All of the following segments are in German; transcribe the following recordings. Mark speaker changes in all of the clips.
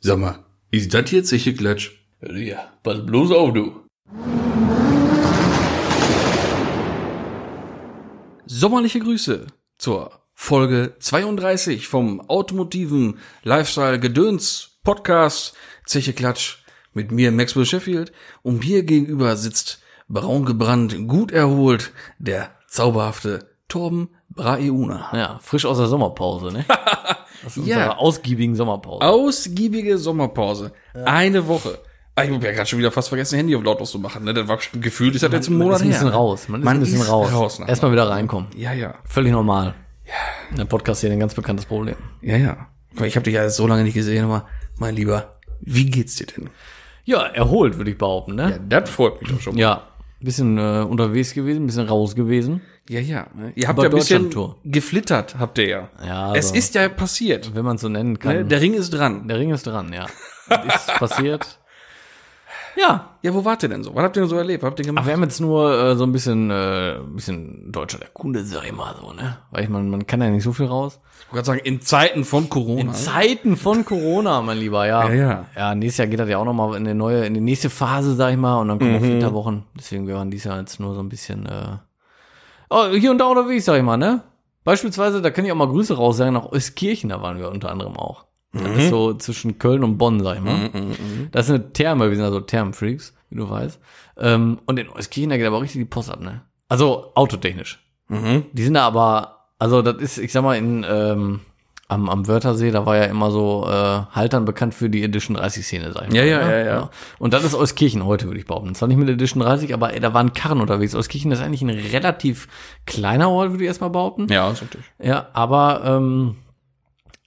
Speaker 1: Sag mal, ist das jetzt sicher Klatsch?
Speaker 2: Ja, pass bloß auf, du.
Speaker 3: Sommerliche Grüße zur Folge 32 vom automotiven Lifestyle Gedöns Podcast Zeche Klatsch mit mir Maxwell Sheffield und mir gegenüber sitzt braun gebrannt, gut erholt der zauberhafte Torben Braeuna.
Speaker 2: Ja, frisch aus der Sommerpause, ne? Aus
Speaker 3: Ja.
Speaker 2: unserer ausgiebigen Sommerpause.
Speaker 3: Ausgiebige Sommerpause. Eine Woche. Ah, ich hab ja gerade schon wieder fast vergessen, Handy auf lautlos zu machen. Ne? Das war schon gefühlt, ist das jetzt einen
Speaker 2: Man
Speaker 3: Monat
Speaker 2: ist ein bisschen
Speaker 3: her.
Speaker 2: raus. Man ist
Speaker 3: Man
Speaker 2: ein bisschen
Speaker 3: ist
Speaker 2: raus.
Speaker 3: raus nachher.
Speaker 2: Erstmal wieder reinkommen.
Speaker 3: Ja, ja.
Speaker 2: Völlig normal. Der Podcast ist ja ein ganz bekanntes Problem.
Speaker 3: Ja, ja. Guck mal, Ich habe dich ja so lange nicht gesehen, aber mein Lieber, wie geht's dir denn?
Speaker 2: Ja, erholt, würde ich behaupten,
Speaker 3: Ja,
Speaker 2: ne?
Speaker 3: das freut mich doch schon.
Speaker 2: Ja. Bisschen äh, unterwegs gewesen, bisschen raus gewesen.
Speaker 3: Ja, ja. ne? Ihr habt
Speaker 2: Aber
Speaker 3: ja ein bisschen
Speaker 2: Deutschlandtour.
Speaker 3: geflittert, habt ihr ja.
Speaker 2: Ja,
Speaker 3: es
Speaker 2: aber-
Speaker 3: ist ja passiert.
Speaker 2: Wenn man es so nennen
Speaker 3: Ne?
Speaker 2: kann.
Speaker 3: Der Ring ist dran.
Speaker 2: Der Ring ist dran, ja. ist passiert. Ja,
Speaker 3: Ja, wo wart ihr denn so? Was habt ihr denn so erlebt? Was habt ihr
Speaker 2: Ach,
Speaker 3: gemacht?
Speaker 2: wir haben jetzt nur äh, so ein bisschen, äh, ein bisschen Deutschland erkundet, sag ich mal so, ne? Weil ich meine, man kann ja nicht so viel raus.
Speaker 3: ich wollte sagen, in Zeiten von Corona.
Speaker 2: In Zeiten von Corona, mein Lieber, ja.
Speaker 3: Ja, ja.
Speaker 2: Ja, nächstes Jahr geht das ja auch nochmal in eine neue, in die nächste Phase, sag ich mal, und dann kommen
Speaker 3: Mhm.
Speaker 2: auch Winterwochen. Deswegen wir waren dieses Jahr jetzt nur so ein bisschen äh, oh, hier und da unterwegs, sag ich mal, ne? Beispielsweise, da kann ich auch mal Grüße raus sagen, nach Euskirchen, da waren wir unter anderem auch. Das
Speaker 3: Mhm.
Speaker 2: ist so zwischen Köln und Bonn, sag ich mal. Das ist eine Therme, wir sind also Thermenfreaks, wie du weißt. Ähm, und in Euskirchen, da geht aber richtig die Post ab, ne? Also autotechnisch.
Speaker 3: Mhm.
Speaker 2: Die sind da aber, also das ist, ich sag mal, in, ähm, am, am Wörthersee, da war ja immer so äh, Haltern bekannt für die Edition 30-Szene, sag ich
Speaker 3: Ja,
Speaker 2: mal. ne?
Speaker 3: ja, ja, ja.
Speaker 2: Und das ist Euskirchen heute, würde ich behaupten. Zwar nicht mit Edition 30, aber äh, da waren Karren unterwegs. Euskirchen ist eigentlich ein relativ kleiner Ort, würde ich erstmal behaupten.
Speaker 3: Ja, ist natürlich.
Speaker 2: Ja, aber ähm,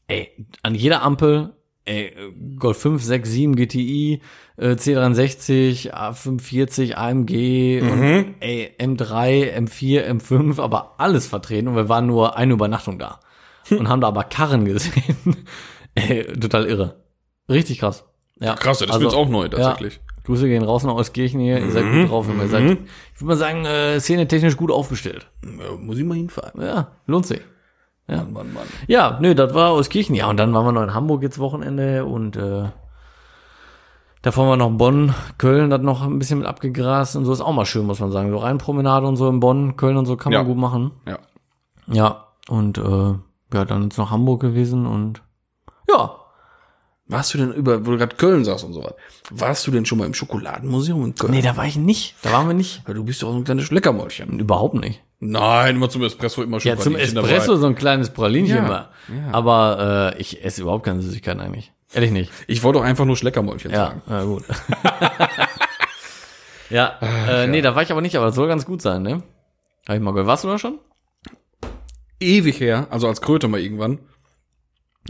Speaker 2: ey, an jeder Ampel, ey, Golf 5, 6, 7 GTI, äh, C63, A45, AMG
Speaker 3: Mhm.
Speaker 2: und ey, M3, M4, M5, aber alles vertreten und wir waren nur eine Übernachtung da
Speaker 3: Hm.
Speaker 2: und haben da aber Karren gesehen. ey, total irre. Richtig krass. Ja,
Speaker 3: Krass, das ist
Speaker 2: also-
Speaker 3: jetzt auch Mhm. neu tatsächlich.
Speaker 2: ja. Grüße gehen raus nach Euskirchen hier. Ihr seid gut drauf, wenn ihr seid. Ich würde mal sagen, äh, Szene technisch gut aufgestellt.
Speaker 3: Äh, Muss ich mal hinfahren.
Speaker 2: Ja, lohnt sich.
Speaker 3: Mann, Mann, Mann.
Speaker 2: Ja, nö, das war aus Kirchen. Ja, und dann waren wir noch in Hamburg jetzt Wochenende und äh, davon waren wir noch in Bonn, Köln hat noch ein bisschen mit abgegrast und so ist auch mal schön, muss man sagen. So Rheinpromenade und so in Bonn, Köln und so kann
Speaker 3: Ja.
Speaker 2: man gut machen.
Speaker 3: Ja.
Speaker 2: Ja, und äh, ja, dann jetzt noch Hamburg gewesen und ja,
Speaker 3: Warst du denn über, wo du gerade Köln sagst und so was, warst du denn schon mal im Schokoladenmuseum in Köln?
Speaker 2: nee, da war ich nicht. Da waren wir nicht.
Speaker 3: Weil du bist doch so ein kleines Leckermäulchen.
Speaker 2: Überhaupt nicht.
Speaker 3: Nein, immer zum Espresso immer schon
Speaker 2: Ja, zum
Speaker 3: Pralinchen
Speaker 2: Espresso so ein kleines Pralinchen
Speaker 3: Ja,
Speaker 2: mal.
Speaker 3: ja.
Speaker 2: Aber äh, ich esse überhaupt keine Süßigkeiten eigentlich. Ehrlich nicht.
Speaker 3: Dabei. Ich wollte doch einfach nur Schleckermäulchen
Speaker 2: Ja,
Speaker 3: sagen.
Speaker 2: na gut. ja,
Speaker 3: Ah,
Speaker 2: äh, nee, da war ich aber nicht, aber das soll ganz gut sein, ne? Hab ich mal gehört. Warst du da schon?
Speaker 3: Ewig her, also als Kröte mal irgendwann.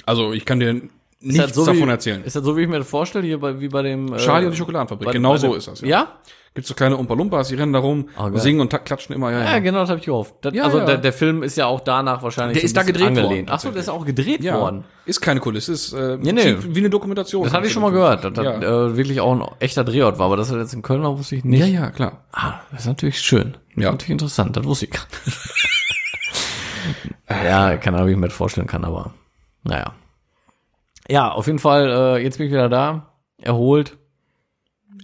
Speaker 3: Also ich kann dir nichts
Speaker 2: das so,
Speaker 3: davon
Speaker 2: wie,
Speaker 3: erzählen.
Speaker 2: Ist das so, wie ich mir das vorstelle, hier bei, wie bei dem. Äh,
Speaker 3: Charlie und die Schokoladenfabrik,
Speaker 2: bei-
Speaker 3: genau
Speaker 2: bei
Speaker 3: so
Speaker 2: dem-
Speaker 3: ist das.
Speaker 2: Ja?
Speaker 3: Ja. Gibt's so kleine Umpa-Lumpas, die rennen da rum,
Speaker 2: Ah, geil.
Speaker 3: singen und ta- klatschen immer. Ja,
Speaker 2: Ja,
Speaker 3: ja.
Speaker 2: genau, das habe ich gehofft. Das,
Speaker 3: Ja,
Speaker 2: also
Speaker 3: ja.
Speaker 2: Der, der Film ist ja auch danach wahrscheinlich.
Speaker 3: Der
Speaker 2: so ein
Speaker 3: ist da
Speaker 2: bisschen
Speaker 3: gedreht worden,
Speaker 2: angelehnt. Achso, der ist auch gedreht
Speaker 3: Ja.
Speaker 2: worden.
Speaker 3: Ist keine Kulisse, ist äh,
Speaker 2: nee.
Speaker 3: sieht wie eine Dokumentation.
Speaker 2: Das hatte ich schon mal gehört, dass das
Speaker 3: Ja.
Speaker 2: äh, wirklich auch ein echter Drehort war, aber dass er jetzt in Köln war, wusste ich nicht.
Speaker 3: ja, ja, klar.
Speaker 2: Ah, das ist natürlich schön.
Speaker 3: Ja.
Speaker 2: Natürlich interessant, das wusste ich gar nicht. ja, keine Ahnung, wie ich mir das vorstellen kann, aber naja. Ja, auf jeden Fall, äh, jetzt bin ich wieder da, erholt,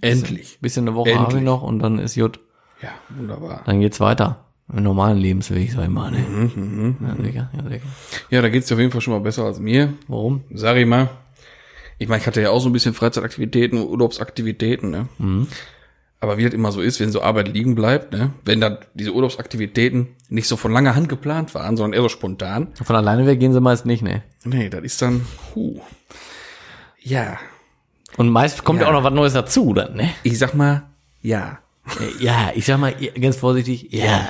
Speaker 3: Endlich.
Speaker 2: bisschen eine Woche
Speaker 3: Endlich.
Speaker 2: habe ich noch und dann ist gut,
Speaker 3: Ja, wunderbar.
Speaker 2: dann geht's weiter. Im normalen Lebensweg, sag ich mal. Ne? Ja, sicher, ja, sicher.
Speaker 3: Ja, da geht's dir auf jeden Fall schon mal besser als mir.
Speaker 2: Warum?
Speaker 3: Sag ich mal. Ich meine, ich hatte ja auch so ein bisschen Freizeitaktivitäten, Urlaubsaktivitäten, ne? Aber wie das immer so ist, wenn so Arbeit liegen bleibt, ne? Wenn dann diese Urlaubsaktivitäten nicht so von langer Hand geplant waren, sondern eher so spontan.
Speaker 2: Von alleine weg gehen sie meist nicht, ne?
Speaker 3: Nee, das ist dann, huh. Ja.
Speaker 2: Und meist kommt ja.
Speaker 3: Ja.
Speaker 2: auch noch was Neues dazu, dann, ne?
Speaker 3: Ich sag mal, ja.
Speaker 2: Äh, Ja, ich sag mal ja, ganz vorsichtig, ja.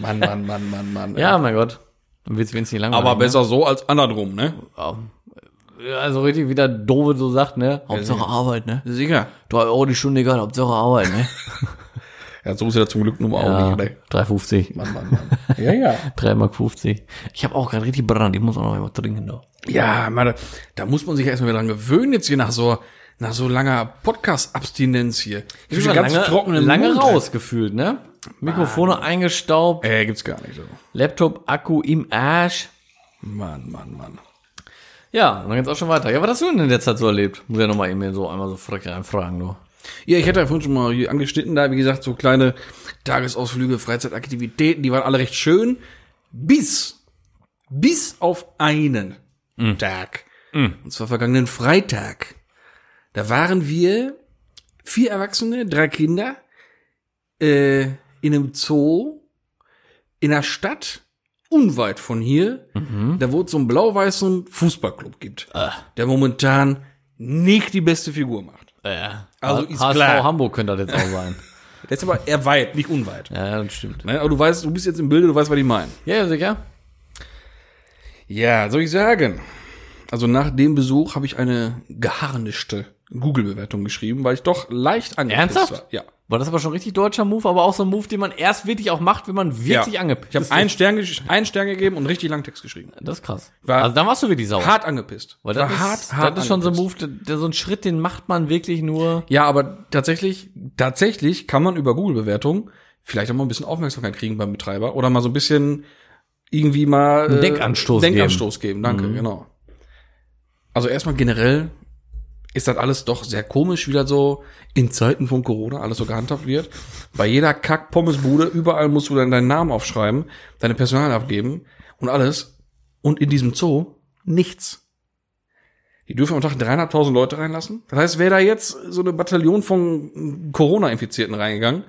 Speaker 3: Mann, Mann, Mann, Mann, Mann.
Speaker 2: Ja, mein Gott. Dann wird's wenigstens nicht langweilig.
Speaker 3: Aber
Speaker 2: ne?
Speaker 3: besser so als andersrum, ne?
Speaker 2: Ja, also richtig wieder doofe so sagt, ne? Hauptsache Arbeit, ne?
Speaker 3: Sicher.
Speaker 2: Drei Euro die Stunde, egal, Hauptsache Arbeit, ne?
Speaker 3: Ja, so ist ja zum Glück nun mal
Speaker 2: ja,
Speaker 3: auch nicht, ne?
Speaker 2: 3,50.
Speaker 3: Mann, Mann, Mann. Ja, ja.
Speaker 2: 3 Mark 50. Ich habe auch gerade richtig Brand, ich muss auch noch mal trinken, da.
Speaker 3: Ja, man, da- da muss man sich ja erstmal wieder dran gewöhnen, jetzt hier nach so, nach so langer Podcast-Abstinenz hier. Ich bin trockenen
Speaker 2: lange
Speaker 3: Mund.
Speaker 2: rausgefühlt, ne? Mikrofone eingestaubt,
Speaker 3: Äh, gibt's gar nicht so.
Speaker 2: Laptop, Akku im Arsch.
Speaker 3: Mann, Mann, Mann.
Speaker 2: Ja, und dann geht's auch schon weiter. Ja, was hast du denn in der Zeit so erlebt? Muss ja nochmal eben so einmal so frech reinfragen, du.
Speaker 3: Ja, ich hätte ja vorhin schon mal hier angeschnitten, da, wie gesagt, so kleine Tagesausflüge, Freizeitaktivitäten, die waren alle recht schön. Bis, bis auf einen Tag. Und zwar vergangenen Freitag. Da waren wir vier Erwachsene, drei Kinder, äh, in einem Zoo, in einer Stadt, unweit von hier, da wo es so einen blau-weißen Fußballclub gibt, der momentan nicht die beste Figur macht.
Speaker 2: Äh,
Speaker 3: Also
Speaker 2: also
Speaker 3: ist
Speaker 2: HSV
Speaker 3: klar.
Speaker 2: Hamburg könnte das jetzt auch sein.
Speaker 3: Der ist aber eher weit, nicht unweit.
Speaker 2: ja, das stimmt.
Speaker 3: Ne? Aber du weißt, du bist jetzt im Bilde, du weißt, was ich meine.
Speaker 2: Ja, ja, sicher.
Speaker 3: Ja, soll ich sagen. Also nach dem Besuch habe ich eine geharnischte Google-Bewertung geschrieben, weil ich doch leicht angepisst
Speaker 2: Ernsthaft?
Speaker 3: war. Ja.
Speaker 2: War das aber schon richtig deutscher Move, aber auch so ein Move, den man erst wirklich auch macht, wenn man wirklich
Speaker 3: ja.
Speaker 2: angepisst
Speaker 3: Ich habe einen Stern, gesch- einen Stern gegeben und richtig langen Text geschrieben.
Speaker 2: Das ist krass.
Speaker 3: War-
Speaker 2: also dann warst du wirklich sauer.
Speaker 3: Hart angepisst.
Speaker 2: Weil das,
Speaker 3: War
Speaker 2: ist, das ist schon so ein Move, der, der, so ein Schritt, den macht man wirklich nur.
Speaker 3: Ja, aber tatsächlich, tatsächlich kann man über Google-Bewertungen vielleicht auch mal ein bisschen Aufmerksamkeit kriegen beim Betreiber oder mal so ein bisschen irgendwie mal äh,
Speaker 2: Denkanstoß geben. Mhm.
Speaker 3: Denkanstoß geben. Danke, genau. Also erstmal generell ist das alles doch sehr komisch, wie das so in Zeiten von Corona alles so gehandhabt wird. Bei jeder Kack-Pommesbude, überall musst du dann deinen Namen aufschreiben, deine Personal abgeben und alles. Und in diesem Zoo nichts. Die dürfen am Tag 300.000 Leute reinlassen. Das heißt, wäre da jetzt so eine Bataillon von Corona-Infizierten reingegangen,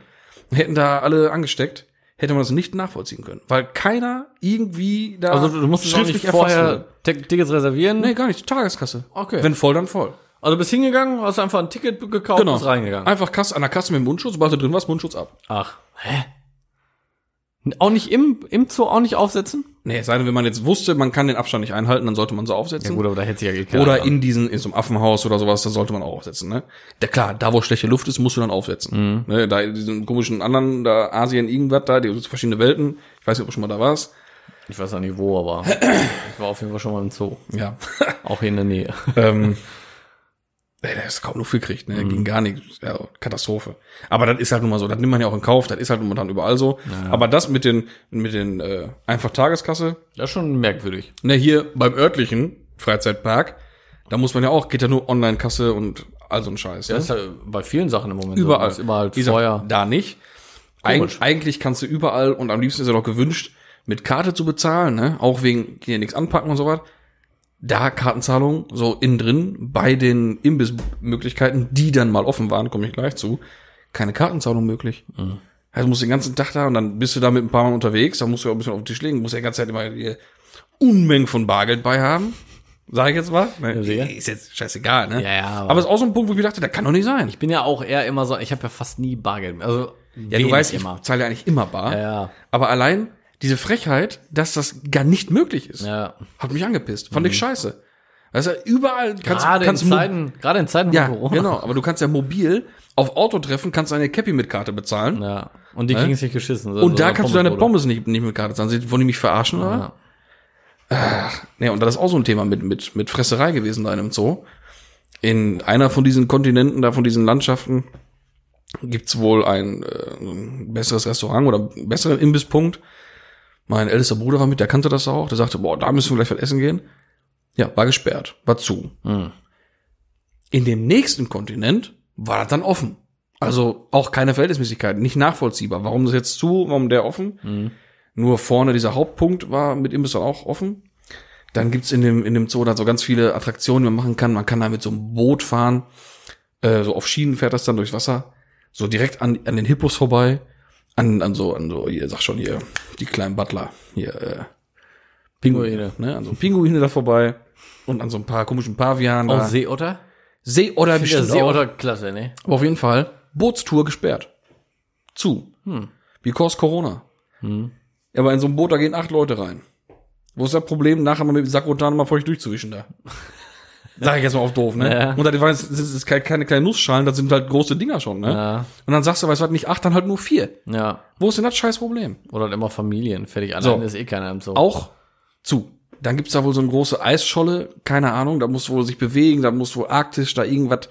Speaker 3: hätten da alle angesteckt, hätte man das nicht nachvollziehen können. Weil keiner irgendwie da
Speaker 2: Also du, du musstest auch nicht
Speaker 3: schriftlich erfasst wurde.
Speaker 2: vorher Tick- Tickets reservieren.
Speaker 3: Nee, gar nicht. Tageskasse.
Speaker 2: Okay.
Speaker 3: Wenn voll, dann voll.
Speaker 2: Also bist hingegangen, hast einfach ein Ticket gekauft
Speaker 3: Genau.
Speaker 2: und bist reingegangen.
Speaker 3: Einfach Kasse, an der Kasse mit dem Mundschutz, sobald du drin warst, Mundschutz ab.
Speaker 2: Ach. Hä? Auch nicht im, im Zoo, auch nicht aufsetzen?
Speaker 3: Nee, es sei denn, wenn man jetzt wusste, man kann den Abstand nicht einhalten, dann sollte man so aufsetzen.
Speaker 2: aber da hätte sich ja geklärt.
Speaker 3: Oder in diesen, in so einem Affenhaus oder sowas, da sollte man auch aufsetzen, ne? Da, klar, da wo schlechte Luft ist, musst du dann aufsetzen.
Speaker 2: Mhm.
Speaker 3: Ne, da in diesen komischen anderen, da Asien, irgendwas da, die verschiedene Welten. Ich weiß nicht, ob du schon mal da warst.
Speaker 2: Ich weiß auch nicht wo, aber ich war auf jeden Fall schon mal im Zoo.
Speaker 3: Ja.
Speaker 2: Auch hier in der Nähe.
Speaker 3: ähm, ey, der ist kaum Luft gekriegt,
Speaker 2: Mhm.
Speaker 3: ne? Ging gar nichts. Ja, Katastrophe. Aber das ist halt nun mal so, das nimmt man ja auch in Kauf, das ist halt momentan überall so. Aber das mit den, mit den, äh, einfach Tageskasse,
Speaker 2: Das ist schon merkwürdig.
Speaker 3: ne, hier beim örtlichen Freizeitpark, da muss man ja auch, geht ja nur Online-Kasse und all so ein Scheiß. ne?
Speaker 2: Das ist halt bei vielen Sachen im Moment
Speaker 3: Überall.
Speaker 2: so. Das ist überall
Speaker 3: Wie gesagt,
Speaker 2: Feuer.
Speaker 3: Da nicht. Eig
Speaker 2: Komisch.
Speaker 3: eigentlich kannst du überall und am liebsten ist ja doch gewünscht, mit Karte zu bezahlen, ne? Auch wegen hier nichts anpacken und so was. Da Kartenzahlung so innen drin bei den Imbissmöglichkeiten, die dann mal offen waren, komme ich gleich zu, keine Kartenzahlung möglich.
Speaker 2: Mhm.
Speaker 3: Also musst du den ganzen Tag da und dann bist du da mit ein paar Mal unterwegs, dann musst du ja auch ein bisschen auf den Tisch legen, musst ja die ganze Zeit immer die Unmengen von Bargeld bei haben. Sag ich jetzt mal. Ne?
Speaker 2: sicher.
Speaker 3: ist jetzt scheißegal, ne?
Speaker 2: Ja, ja, aber-
Speaker 3: aber, ist auch so ein Punkt, wo ich mir dachte, das kann doch nicht sein.
Speaker 2: Ich bin ja auch eher immer so, ich habe ja fast nie Bargeld. mehr. Also
Speaker 3: Ja, du weißt,
Speaker 2: immer.
Speaker 3: ich zahle ja eigentlich immer bar.
Speaker 2: Ja, ja.
Speaker 3: Aber allein diese Frechheit, dass das gar nicht möglich ist,
Speaker 2: Ja. Mhm.
Speaker 3: hat mich angepisst. Fand ich scheiße. Also überall kannst
Speaker 2: Gerade in
Speaker 3: kannst mo-
Speaker 2: Zeiten, gerade in Zeiten
Speaker 3: ja,
Speaker 2: von Corona.
Speaker 3: genau. Aber du kannst ja mobil auf Autotreffen kannst deine Cappy mit Karte bezahlen.
Speaker 2: Ja. Und die kriegen es nicht geschissen. So-
Speaker 3: Und
Speaker 2: so
Speaker 3: da
Speaker 2: eine
Speaker 3: kannst du deine
Speaker 2: Pommesbude.
Speaker 3: Pommes nicht, nicht mit Karte zahlen. Sie- Wollen die mich verarschen, oder?
Speaker 2: Ja.
Speaker 3: Ja, und das ist auch so ein Thema mit, mit, mit Fresserei gewesen da in einem Zoo. In einer von diesen Kontinenten, da von diesen Landschaften, gibt's wohl ein, äh, ein besseres Restaurant oder einen besseren Imbisspunkt. Mein ältester Bruder war mit, der kannte das auch. Der sagte, boah, da müssen wir gleich was essen gehen. Ja, war gesperrt, war zu.
Speaker 2: Hm.
Speaker 3: In dem nächsten Kontinent war das dann offen. Also auch keine Verhältnismäßigkeit, nicht nachvollziehbar. Warum das jetzt zu, warum der offen? Nur vorne dieser Hauptpunkt war mit Imbiss dann auch offen. Dann gibt's in, dem, in dem Zoo da so ganz viele Attraktionen, die man machen kann. Man kann da mit so einem Boot fahren. Äh, so auf Schienen fährt das dann durchs Wasser. So direkt an, an den Hippos vorbei. An, an so, an so, hier, sag schon hier, die kleinen Butler. Hier, äh, Pinguine.
Speaker 2: Pinguine.
Speaker 3: Ne? An so Pinguine da vorbei. Und an so ein paar komischen Pavianen.
Speaker 2: Auch
Speaker 3: da.
Speaker 2: Seeotter?
Speaker 3: See oder
Speaker 2: Ja,
Speaker 3: bestimmt auch.
Speaker 2: Seeotter, klasse, ne?
Speaker 3: Aber auf jeden Fall, Bootstour gesperrt. Zu.
Speaker 2: Hm.
Speaker 3: Because Corona. Aber in so einem Boot, da gehen acht Leute rein. Wo ist das Problem, nachher mal mit dem Sakrotan mal vor euch durchzuwischen da? Sag ich jetzt mal auf doof, ne?
Speaker 2: Ja.
Speaker 3: Und dann waren es- es ist keine, keine kleinen Nussschalen, das sind halt große Dinger schon, ne?
Speaker 2: Ja.
Speaker 3: Und dann sagst du, weißt du was, nicht acht, dann halt nur vier.
Speaker 2: Ja.
Speaker 3: Wo ist denn das scheiß Problem?
Speaker 2: Oder immer Familien, fertig.
Speaker 3: So.
Speaker 2: Allein ist eh keiner im Zoo.
Speaker 3: auch zu. Dann gibt's da wohl so eine große Eisscholle, keine Ahnung, da muss wohl sich bewegen, da muss wohl arktisch da irgendwas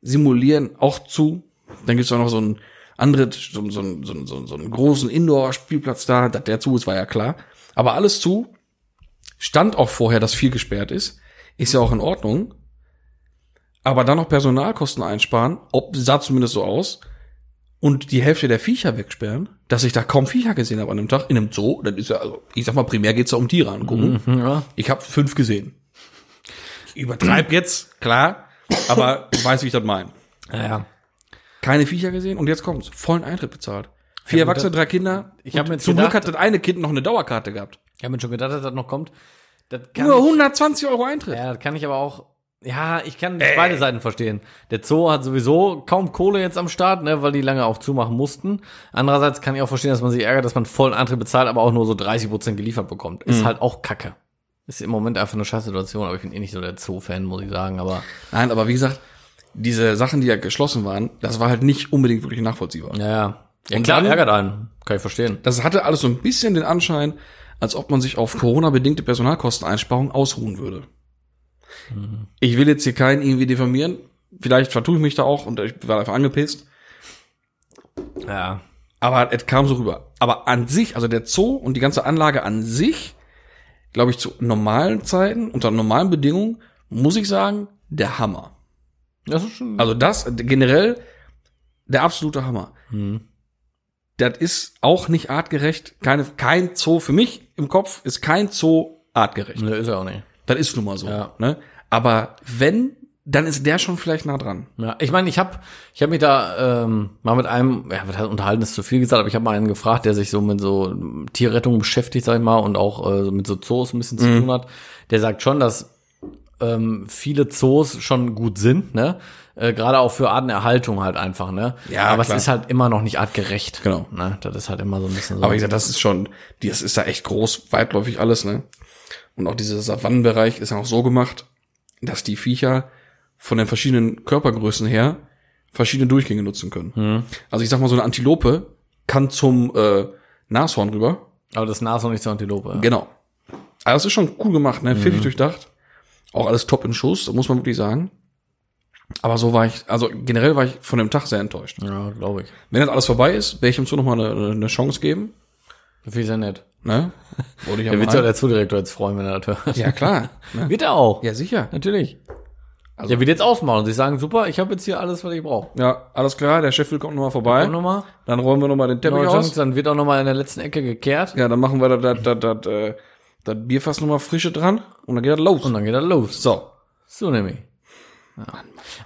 Speaker 3: simulieren, auch zu. Dann gibt's auch noch so einen anderen, so, einen- so, einen- so, einen- so, einen- so einen großen Indoor-Spielplatz da, dass der zu ist, war ja klar. Aber alles zu, stand auch vorher, dass viel gesperrt ist. Ist ja auch in Ordnung. Aber dann noch Personalkosten einsparen, ob sah zumindest so aus, und die Hälfte der Viecher wegsperren, dass ich da kaum Viecher gesehen habe an einem Tag in einem Zoo. Das ist ja, also, ich sag mal, primär geht's ja um Tiere angucken.
Speaker 2: Mhm, Ja.
Speaker 3: Ich habe fünf gesehen. Ich übertreib jetzt, klar, aber du weißt, wie ich das meine.
Speaker 2: Naja.
Speaker 3: Keine Viecher gesehen und jetzt kommt's. Vollen Eintritt bezahlt. Vier Erwachsene, drei Kinder.
Speaker 2: Ich hab
Speaker 3: Und
Speaker 2: mir jetzt
Speaker 3: Zum
Speaker 2: gedacht-
Speaker 3: Glück hat das eine Kind noch eine Dauerkarte gehabt.
Speaker 2: Ich habe mir schon gedacht, dass das noch kommt. Das kann
Speaker 3: Nur
Speaker 2: ich,
Speaker 3: 120 Euro Eintritt.
Speaker 2: ja, das kann ich aber auch. Ja, ich kann beide Seiten verstehen. Der Zoo hat sowieso kaum Kohle jetzt am Start, ne, weil die lange auch zumachen mussten. Andererseits kann ich auch verstehen, dass man sich ärgert, dass man vollen Antrieb bezahlt, aber auch nur so 30 Prozent geliefert bekommt. Ist halt auch Kacke. Ist im Moment einfach eine scheiß Situation, aber ich bin eh nicht so der Zoo-Fan, muss ich sagen, aber
Speaker 3: Nein, aber wie gesagt, diese Sachen, die ja geschlossen waren, das war halt nicht unbedingt wirklich nachvollziehbar.
Speaker 2: ja, ja. Ja,
Speaker 3: Und
Speaker 2: klar,
Speaker 3: dann-
Speaker 2: ärgert einen. Kann ich verstehen.
Speaker 3: Das hatte alles so ein bisschen den Anschein, als ob man sich auf Corona-bedingte Personalkosteneinsparungen ausruhen würde. Ich will jetzt hier keinen irgendwie diffamieren. Vielleicht vertue ich mich da auch und ich war einfach angepisst.
Speaker 2: Ja.
Speaker 3: Aber es kam so rüber. Aber an sich, also der Zoo und die ganze Anlage an sich, glaube ich, zu normalen Zeiten, unter normalen Bedingungen, muss ich sagen, der Hammer.
Speaker 2: Das ist schon.
Speaker 3: Also das äh, generell der absolute Hammer.
Speaker 2: Mhm.
Speaker 3: Das ist auch nicht artgerecht. Keine, kein Zoo für mich im Kopf ist kein Zoo artgerecht.
Speaker 2: ne, ist er auch nicht.
Speaker 3: Das ist nun mal so.
Speaker 2: Ja.
Speaker 3: Ne? Aber wenn, dann ist der schon vielleicht nah dran.
Speaker 2: Ja, ich meine, ich habe ich hab mich da ähm, mal mit einem, ja, was heißt unterhalten ist zu viel gesagt, aber ich habe mal einen gefragt, der sich so mit so ähm, Tierrettung beschäftigt, sag ich mal, und auch äh, so mit so Zoos ein bisschen
Speaker 3: Mhm.
Speaker 2: zu tun hat. Der sagt schon, dass ähm, viele Zoos schon gut sind, ne? Äh, Gerade auch für Artenerhaltung halt einfach, ne?
Speaker 3: Ja,
Speaker 2: aber
Speaker 3: klar.
Speaker 2: es ist halt immer noch nicht artgerecht.
Speaker 3: Genau.
Speaker 2: Ne? Das ist halt immer so ein bisschen so.
Speaker 3: Aber wie gesagt, das ist schon, das ist da echt groß, weitläufig alles, ne? Und auch dieser Savannenbereich ist ja auch so gemacht, dass die Viecher von den verschiedenen Körpergrößen her verschiedene Durchgänge nutzen können. Also ich sag mal, so eine Antilope kann zum äh, Nashorn rüber.
Speaker 2: aber das Nas noch nicht zur Antilope. ja.
Speaker 3: Genau. Also das ist schon cool gemacht, ne? Pfiffig durchdacht. Auch alles top in Schuss, muss man wirklich sagen. Aber so war ich, also generell war ich von dem Tag sehr enttäuscht.
Speaker 2: Ja, glaube ich.
Speaker 3: Wenn das alles vorbei ist, werde ich ihm so nochmal eine, eine Chance geben.
Speaker 2: Finde ich sehr nett.
Speaker 3: Ne? Oder ich
Speaker 2: Der wird sich auch
Speaker 3: ja,
Speaker 2: der Zoodirektor jetzt freuen, wenn er das hört.
Speaker 3: ja, klar. Ne?
Speaker 2: Wird er auch.
Speaker 3: Ja, sicher.
Speaker 2: Natürlich.
Speaker 3: Also-
Speaker 2: der wird jetzt ausmachen und sich sagen, super, ich habe jetzt hier alles, was ich brauche.
Speaker 3: Ja, alles klar, der Chef will kommt nochmal vorbei.
Speaker 2: Und nochmal,
Speaker 3: Dann räumen wir nochmal den Teppich
Speaker 2: Noel Jones,
Speaker 3: aus.
Speaker 2: dann wird auch nochmal in der letzten Ecke gekehrt
Speaker 3: Ja, dann machen wir das, das, das, das, äh, das Bierfass nochmal frische dran und dann geht das los.
Speaker 2: und dann geht er los.
Speaker 3: So.
Speaker 2: So nämlich. Ja.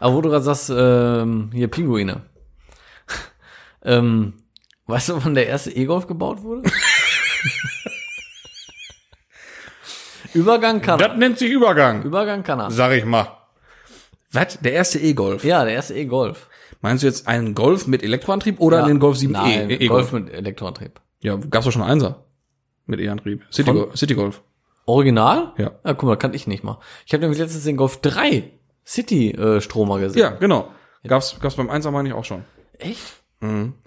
Speaker 2: Aber wo du gerade sagst, ähm, hier Pinguine. ähm, weißt du, wann der erste E-Golf gebaut wurde? Übergang kann er.
Speaker 3: nennt sich Übergang,
Speaker 2: Übergang kann er.
Speaker 3: sag ich mal. Was? Der erste E-Golf?
Speaker 2: Ja, der erste E-Golf.
Speaker 3: Meinst du jetzt einen Golf mit Elektroantrieb oder
Speaker 2: ja.
Speaker 3: den Golf 7E?
Speaker 2: Nein,
Speaker 3: E-
Speaker 2: Golf
Speaker 3: E-Golf.
Speaker 2: mit Elektroantrieb.
Speaker 3: Ja, gab's doch schon einen Einser mit E-Antrieb. City,
Speaker 2: Von-
Speaker 3: Gol- City Golf.
Speaker 2: Original?
Speaker 3: Ja.
Speaker 2: Ah, guck mal, kann ich nicht mal. Ich habe nämlich letztens den Golf 3 City äh, Stromer gesehen.
Speaker 3: Ja, genau. Gab's, gab's beim Einser meine ich auch schon.
Speaker 2: Echt?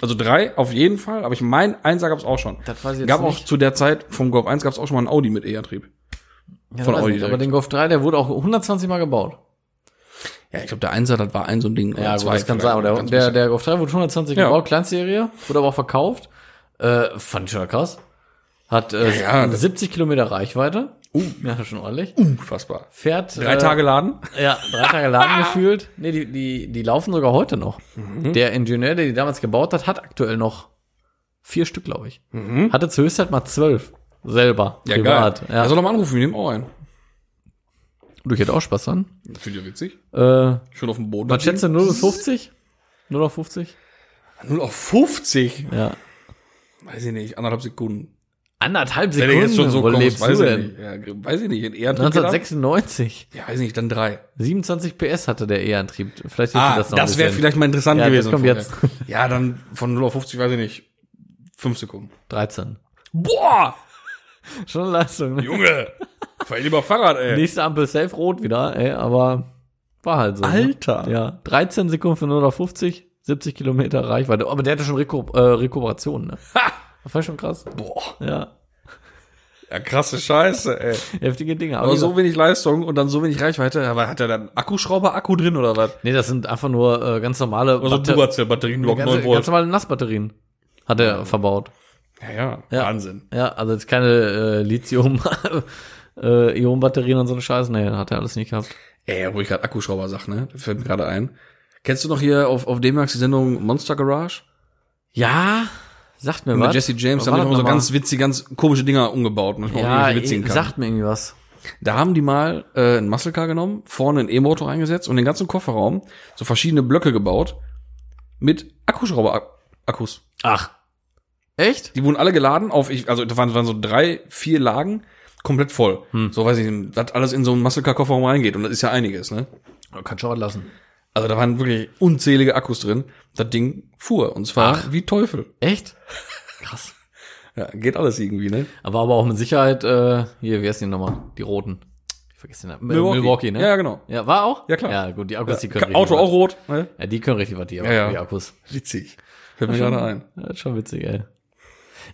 Speaker 3: Also drei auf jeden Fall, aber ich mein Einser gab's auch schon.
Speaker 2: Das weiß ich jetzt
Speaker 3: Gab auch
Speaker 2: nicht.
Speaker 3: zu der Zeit vom Golf 1 gab's auch schon mal einen Audi mit E-Antrieb.
Speaker 2: Ja,
Speaker 3: Von
Speaker 2: weiß
Speaker 3: Audi
Speaker 2: nicht, aber
Speaker 3: direkt.
Speaker 2: den Golf 3, der wurde auch 120 Mal gebaut.
Speaker 3: Ja, ich glaube, der Einser, das war ein so ein Ding.
Speaker 2: Ja, gut, das kann sein. Aber der,
Speaker 3: Oder
Speaker 2: der, der Golf 3 wurde 120
Speaker 3: Ja.
Speaker 2: gebaut, Kleinserie, wurde aber auch verkauft. Äh, fand ich schon krass. Hat äh,
Speaker 3: Ja, ja, das-
Speaker 2: 70 Kilometer Reichweite. Uh. Ja, schon ordentlich.
Speaker 3: unfassbar.
Speaker 2: Fährt
Speaker 3: Drei
Speaker 2: äh,
Speaker 3: Tage laden?
Speaker 2: Ja, drei Tage Laden gefühlt. Nee, die, die, die laufen sogar heute noch.
Speaker 3: Mhm.
Speaker 2: Der Ingenieur, der die damals gebaut hat, hat aktuell noch vier Stück, glaube ich. Hatte zur Höchstzeit mal zwölf. Selber.
Speaker 3: Mhm. Ja. Also- Er
Speaker 2: Ja.
Speaker 3: soll doch mal anrufen, wir nehmen auch einen.
Speaker 2: Du, ich hätte auch Spaß dran.
Speaker 3: Finde ich ja witzig.
Speaker 2: Äh,
Speaker 3: Schon auf dem Boden.
Speaker 2: was schätzt du, 0 bis 50? 0 auf 50?
Speaker 3: Nur auf 50.
Speaker 2: Ja.
Speaker 3: Weiß ich nicht, anderthalb Sekunden.
Speaker 2: Anderthalb
Speaker 3: Wenn
Speaker 2: Sekunden.
Speaker 3: du jetzt schon so
Speaker 2: Wo
Speaker 3: kommst,
Speaker 2: lebst
Speaker 3: weiß
Speaker 2: du
Speaker 3: ich
Speaker 2: denn?
Speaker 3: nicht. Ja, g- weiß ich nicht. In Ehrentrieb geht ab?
Speaker 2: 1996.
Speaker 3: Ja, weiß ich nicht, dann drei.
Speaker 2: 27 PS hatte der E-Antrieb. Vielleicht hilft dir
Speaker 3: Ah,
Speaker 2: das
Speaker 3: das,
Speaker 2: noch ein
Speaker 3: wäre
Speaker 2: bisschen.
Speaker 3: vielleicht mal interessant
Speaker 2: Ja, das
Speaker 3: gewesen.
Speaker 2: kommt jetzt.
Speaker 3: vorher. Ja, dann von 0 auf 50, weiß ich nicht. Fünf Sekunden.
Speaker 2: 13.
Speaker 3: Boah!
Speaker 2: Schon Leistung. Ne?
Speaker 3: Junge! Fahr lieber Fahrrad, ey.
Speaker 2: Nächste Ampel safe rot wieder, ey, aber war halt so.
Speaker 3: Alter.
Speaker 2: Ne? Ja, 13 Sekunden von 0 auf 50, 70 Kilometer Reichweite. Aber der hatte schon Reko äh, Rekuperation, ne?
Speaker 3: Ha!
Speaker 2: Das war schon krass.
Speaker 3: Boah.
Speaker 2: Ja,
Speaker 3: Ja, krasse Scheiße, ey.
Speaker 2: heftige Dinge.
Speaker 3: Aber
Speaker 2: wie
Speaker 3: so
Speaker 2: gesagt-
Speaker 3: wenig Leistung und dann so wenig Reichweite. Aber hat er dann Akkuschrauber-Akku drin oder was?
Speaker 2: nee, das sind einfach nur äh, ganz normale Batter-
Speaker 3: Duracell-Batterienblock
Speaker 2: ganz, ganz normale Nassbatterien hat er verbaut.
Speaker 3: Ja, ja,
Speaker 2: Ja.
Speaker 3: Wahnsinn.
Speaker 2: Ja, also jetzt keine äh, Lithium äh, Ion-Batterien und so eine Scheiße. Nee, hat er alles nicht gehabt.
Speaker 3: Ey, wo ich gerade Akkuschrauber sag, ne? Das fällt mir gerade ein. Kennst du noch hier auf, auf D-Max die Sendung Monster Garage?
Speaker 2: Ja, sagt mir
Speaker 3: Mit
Speaker 2: was.
Speaker 3: Jesse James, da
Speaker 2: War
Speaker 3: haben die
Speaker 2: das
Speaker 3: immer so
Speaker 2: noch
Speaker 3: ganz witzige, ganz komische Dinger umgebaut,
Speaker 2: mal?
Speaker 3: manchmal
Speaker 2: ja,
Speaker 3: irgendwelche witzigen
Speaker 2: eh,
Speaker 3: Karten.
Speaker 2: sagt mir irgendwie was.
Speaker 3: Da haben die mal äh, einen Muscle Car genommen, vorne einen E-Motor eingesetzt und den ganzen Kofferraum so verschiedene Blöcke gebaut mit Akkuschrauber-Akkus.
Speaker 2: Ach. Echt?
Speaker 3: Die wurden alle geladen auf, ich, also das waren, waren so drei, vier Lagen, komplett voll.
Speaker 2: Hm.
Speaker 3: So weiß ich, nicht, was alles in so einen Muscle Car Kofferraum reingeht und das ist ja einiges, ne?
Speaker 2: Kannst schon was lassen.
Speaker 3: Also da waren wirklich unzählige Akkus drin. Das Ding fuhr und zwar
Speaker 2: Ach.
Speaker 3: wie Teufel.
Speaker 2: Echt? Krass.
Speaker 3: Ja, geht alles irgendwie, ne?
Speaker 2: Aber aber auch mit Sicherheit, äh, hier, wer ist denn nochmal? Die Roten. Ich vergesse den Namen. Milwaukee, ne?
Speaker 3: Ja, genau.
Speaker 2: Ja, war auch?
Speaker 3: Ja, klar.
Speaker 2: Ja, gut, die Akkus, die können richtig
Speaker 3: Auto
Speaker 2: was.
Speaker 3: auch rot, ne?
Speaker 2: Ja, die können richtig was, die,
Speaker 3: ja.
Speaker 2: die Akkus.
Speaker 3: Witzig. Fällt mir gerade ein.
Speaker 2: Ja, das ist schon witzig, ey.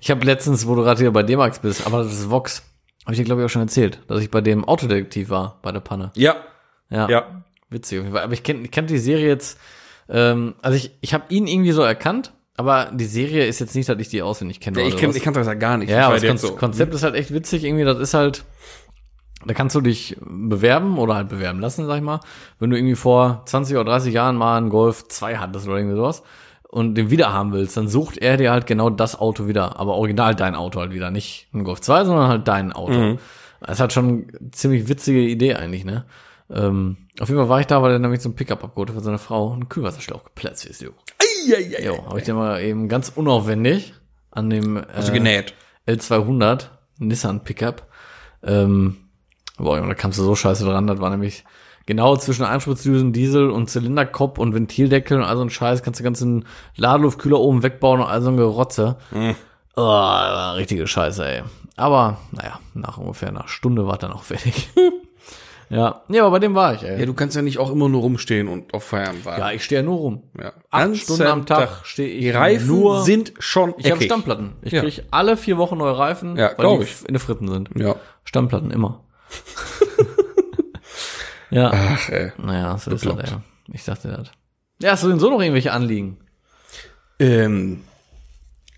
Speaker 2: Ich habe letztens, wo du gerade hier bei D-Max bist, aber das ist Vox, habe ich dir, glaube ich, auch schon erzählt, dass ich bei dem Autodetektiv war, bei der Panne.
Speaker 3: Ja,
Speaker 2: Ja.
Speaker 3: ja.
Speaker 2: Witzig auf jeden Fall. Aber ich kenne ich kenn die Serie jetzt, ähm, also ich, ich habe ihn irgendwie so erkannt, aber die Serie ist jetzt nicht, dass ich die auswendig kenne.
Speaker 3: Ja,
Speaker 2: oder
Speaker 3: ich kenne
Speaker 2: sowas.
Speaker 3: ich kannte das ja gar nicht.
Speaker 2: Ja, aber
Speaker 3: ich
Speaker 2: das Kon
Speaker 3: Hm.
Speaker 2: Konzept ist halt echt witzig. Irgendwie, das ist halt, da kannst du dich bewerben oder halt bewerben lassen, sag ich mal. Wenn du irgendwie vor 20 oder 30 Jahren mal einen Golf 2 hattest oder irgendwie sowas und den wieder haben willst, dann sucht er dir halt genau das Auto wieder. Aber original dein Auto halt wieder. Nicht ein Golf 2, sondern halt dein Auto.
Speaker 3: Mhm.
Speaker 2: Das ist halt schon eine ziemlich witzige Idee eigentlich, ne? Ähm, auf jeden Fall war ich da, weil er nämlich so ein Pickup abgeholt hat von seiner Frau und einen Kühlwasserschlauch geplatzt ist, jo.
Speaker 3: Eieiei.
Speaker 2: Jo, habe ich den mal eben ganz unaufwendig an dem
Speaker 3: Also
Speaker 2: äh,
Speaker 3: genäht.
Speaker 2: L200, Nissan Pickup. Ähm, boah, Junge, da kamst du so scheiße dran. Das war nämlich genau zwischen Einspritzdüsen, Diesel und Zylinderkopf und Ventildeckel und all so ein Scheiß. Kannst du ganzen Ladeluftkühler oben wegbauen und all so ein Gerotze.
Speaker 3: Mhm.
Speaker 2: Oh, war richtige Scheiße, ey. Aber, naja, nach ungefähr einer Stunde war es dann auch fertig. ja. ja, aber bei dem war ich,
Speaker 3: Ja,
Speaker 2: ey.
Speaker 3: du kannst ja nicht auch immer nur rumstehen und auf Feierabend warten.
Speaker 2: Ja, ich stehe ja nur rum.
Speaker 3: Ja.
Speaker 2: Acht
Speaker 3: Ganzen
Speaker 2: Stunden am Tag, stehe ich
Speaker 3: Die Reifen
Speaker 2: nur
Speaker 3: sind schon
Speaker 2: Ich habe
Speaker 3: eckig.
Speaker 2: Stammplatten. Ich
Speaker 3: Ja.
Speaker 2: krieg alle vier Wochen neue Reifen,
Speaker 3: Ja,
Speaker 2: weil
Speaker 3: glaub
Speaker 2: die
Speaker 3: ich.
Speaker 2: f- in der Fritten sind.
Speaker 3: Ja.
Speaker 2: Stammplatten immer. ja,
Speaker 3: Ach, ey.
Speaker 2: naja, so ist
Speaker 3: Äh, bekloppt.
Speaker 2: das, ja. Ich sagte das. Ja, hast du denn so noch irgendwelche Anliegen?
Speaker 3: Ähm,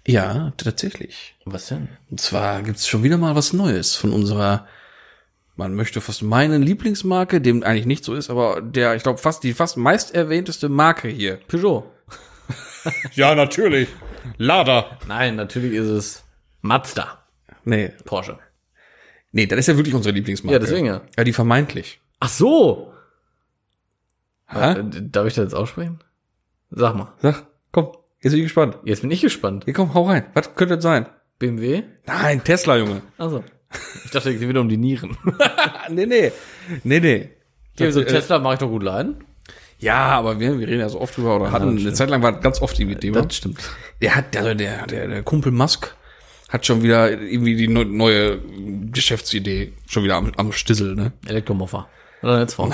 Speaker 3: ja, tatsächlich.
Speaker 2: Was denn?
Speaker 3: Und zwar gibt's schon wieder mal was Neues von unserer, man möchte fast meinen Lieblingsmarke, dem eigentlich nicht so ist, aber der, ich glaube, fast die fast meist erwähnteste Marke hier.
Speaker 2: Peugeot.
Speaker 3: Ja, natürlich. Lada.
Speaker 2: Nein, natürlich ist es Mazda.
Speaker 3: Nee,
Speaker 2: Porsche.
Speaker 3: nee, das ist ja wirklich unsere Lieblingsmarke.
Speaker 2: Ja, deswegen ja.
Speaker 3: Ja, die vermeintlich.
Speaker 2: Ach so! Äh,
Speaker 3: Hä?
Speaker 2: d- darf ich das jetzt aussprechen? Sag mal.
Speaker 3: Sag, komm, jetzt bin ich gespannt.
Speaker 2: Jetzt bin ich gespannt.
Speaker 3: Hier, komm, hau rein. Was könnte das sein?
Speaker 2: BMW?
Speaker 3: Nein, Tesla, Junge.
Speaker 2: Also. Ich dachte, es geht wieder um die Nieren.
Speaker 3: Ah, nee, nee. Nee, nee.
Speaker 2: Hier, so ein
Speaker 3: äh,
Speaker 2: Tesla mache ich doch gut leiden.
Speaker 3: Ja, aber wir, wir reden ja so oft drüber oder hatten eine Zeit lang war das ganz oft die mit dem.
Speaker 2: stimmt.
Speaker 3: Der hat, also der, der, der Kumpel Musk hat schon wieder irgendwie die neu- neue Geschäftsidee schon wieder am, am Stissel, ne?
Speaker 2: Elektromoffer. Oder jetzt vor.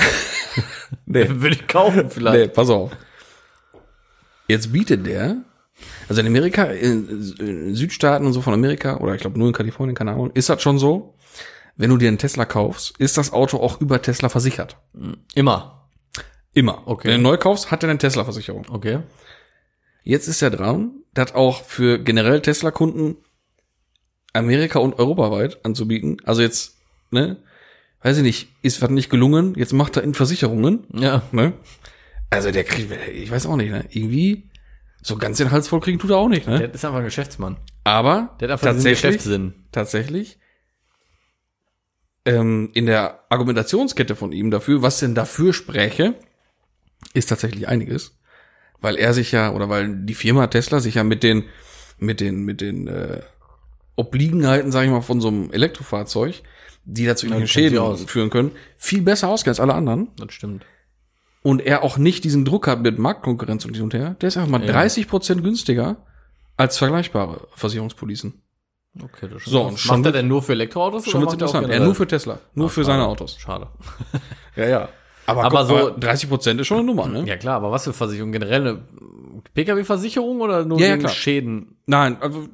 Speaker 3: Nee.
Speaker 2: Würde ich kaufen
Speaker 3: Nee,
Speaker 2: vielleicht.
Speaker 3: pass auf. Jetzt bietet der, also in Amerika, in, in Südstaaten und so von Amerika, oder ich glaube nur in Kalifornien, keine Ahnung, ist das schon so, wenn du dir einen Tesla kaufst, ist das Auto auch über Tesla versichert.
Speaker 2: Immer.
Speaker 3: Immer.
Speaker 2: Okay.
Speaker 3: Wenn du neu kaufst, hat er eine Tesla-Versicherung.
Speaker 2: Okay.
Speaker 3: Jetzt ist ja dran, das auch für generell Tesla-Kunden Amerika und europaweit anzubieten. Also jetzt, ne, weiß ich nicht, ist was nicht gelungen, jetzt macht er in Versicherungen,
Speaker 2: Ja.
Speaker 3: ne? Also der kriegt, ich weiß auch nicht, ne? Irgendwie so ganz den Hals voll kriegen tut er auch nicht, ne?
Speaker 2: Der ist einfach ein Geschäftsmann.
Speaker 3: Aber
Speaker 2: Der hat einfach diesen Geschäftssinn.
Speaker 3: tatsächlich ähm, in der Argumentationskette von ihm dafür, was denn dafür spräche, ist tatsächlich einiges, weil er sich ja oder weil die Firma Tesla sich ja mit den mit den mit den äh, Obliegenheiten, sage ich mal, von so einem Elektrofahrzeug, die dazu irgendwelchen
Speaker 2: Ja, kennt sich
Speaker 3: Schäden
Speaker 2: aus.
Speaker 3: führen können, viel besser ausgeht als alle anderen
Speaker 2: Das stimmt.
Speaker 3: und er auch nicht diesen Druck hat mit Marktkonkurrenz und hin und her, der ist einfach mal
Speaker 2: Ja.
Speaker 3: 30 Prozent günstiger als vergleichbare Versicherungspolicen.
Speaker 2: Okay, das
Speaker 3: So, und
Speaker 2: macht
Speaker 3: schon
Speaker 2: er
Speaker 3: wird-
Speaker 2: denn nur für Elektroautos?
Speaker 3: Schon wird's
Speaker 2: macht er auch
Speaker 3: interessant. Ja,
Speaker 2: generell? Ah,
Speaker 3: nur für Tesla, nur für seine Autos.
Speaker 2: Schade.
Speaker 3: Ja, ja. Aber,
Speaker 2: Aber
Speaker 3: komm,
Speaker 2: so-
Speaker 3: 30 Prozent ist schon eine Nummer, ne?
Speaker 2: Ja klar, aber was für Versicherung? Generell eine Pkw-Versicherung oder nur
Speaker 3: Ja, ja,
Speaker 2: gegen
Speaker 3: klar.
Speaker 2: Schäden?
Speaker 3: Nein, also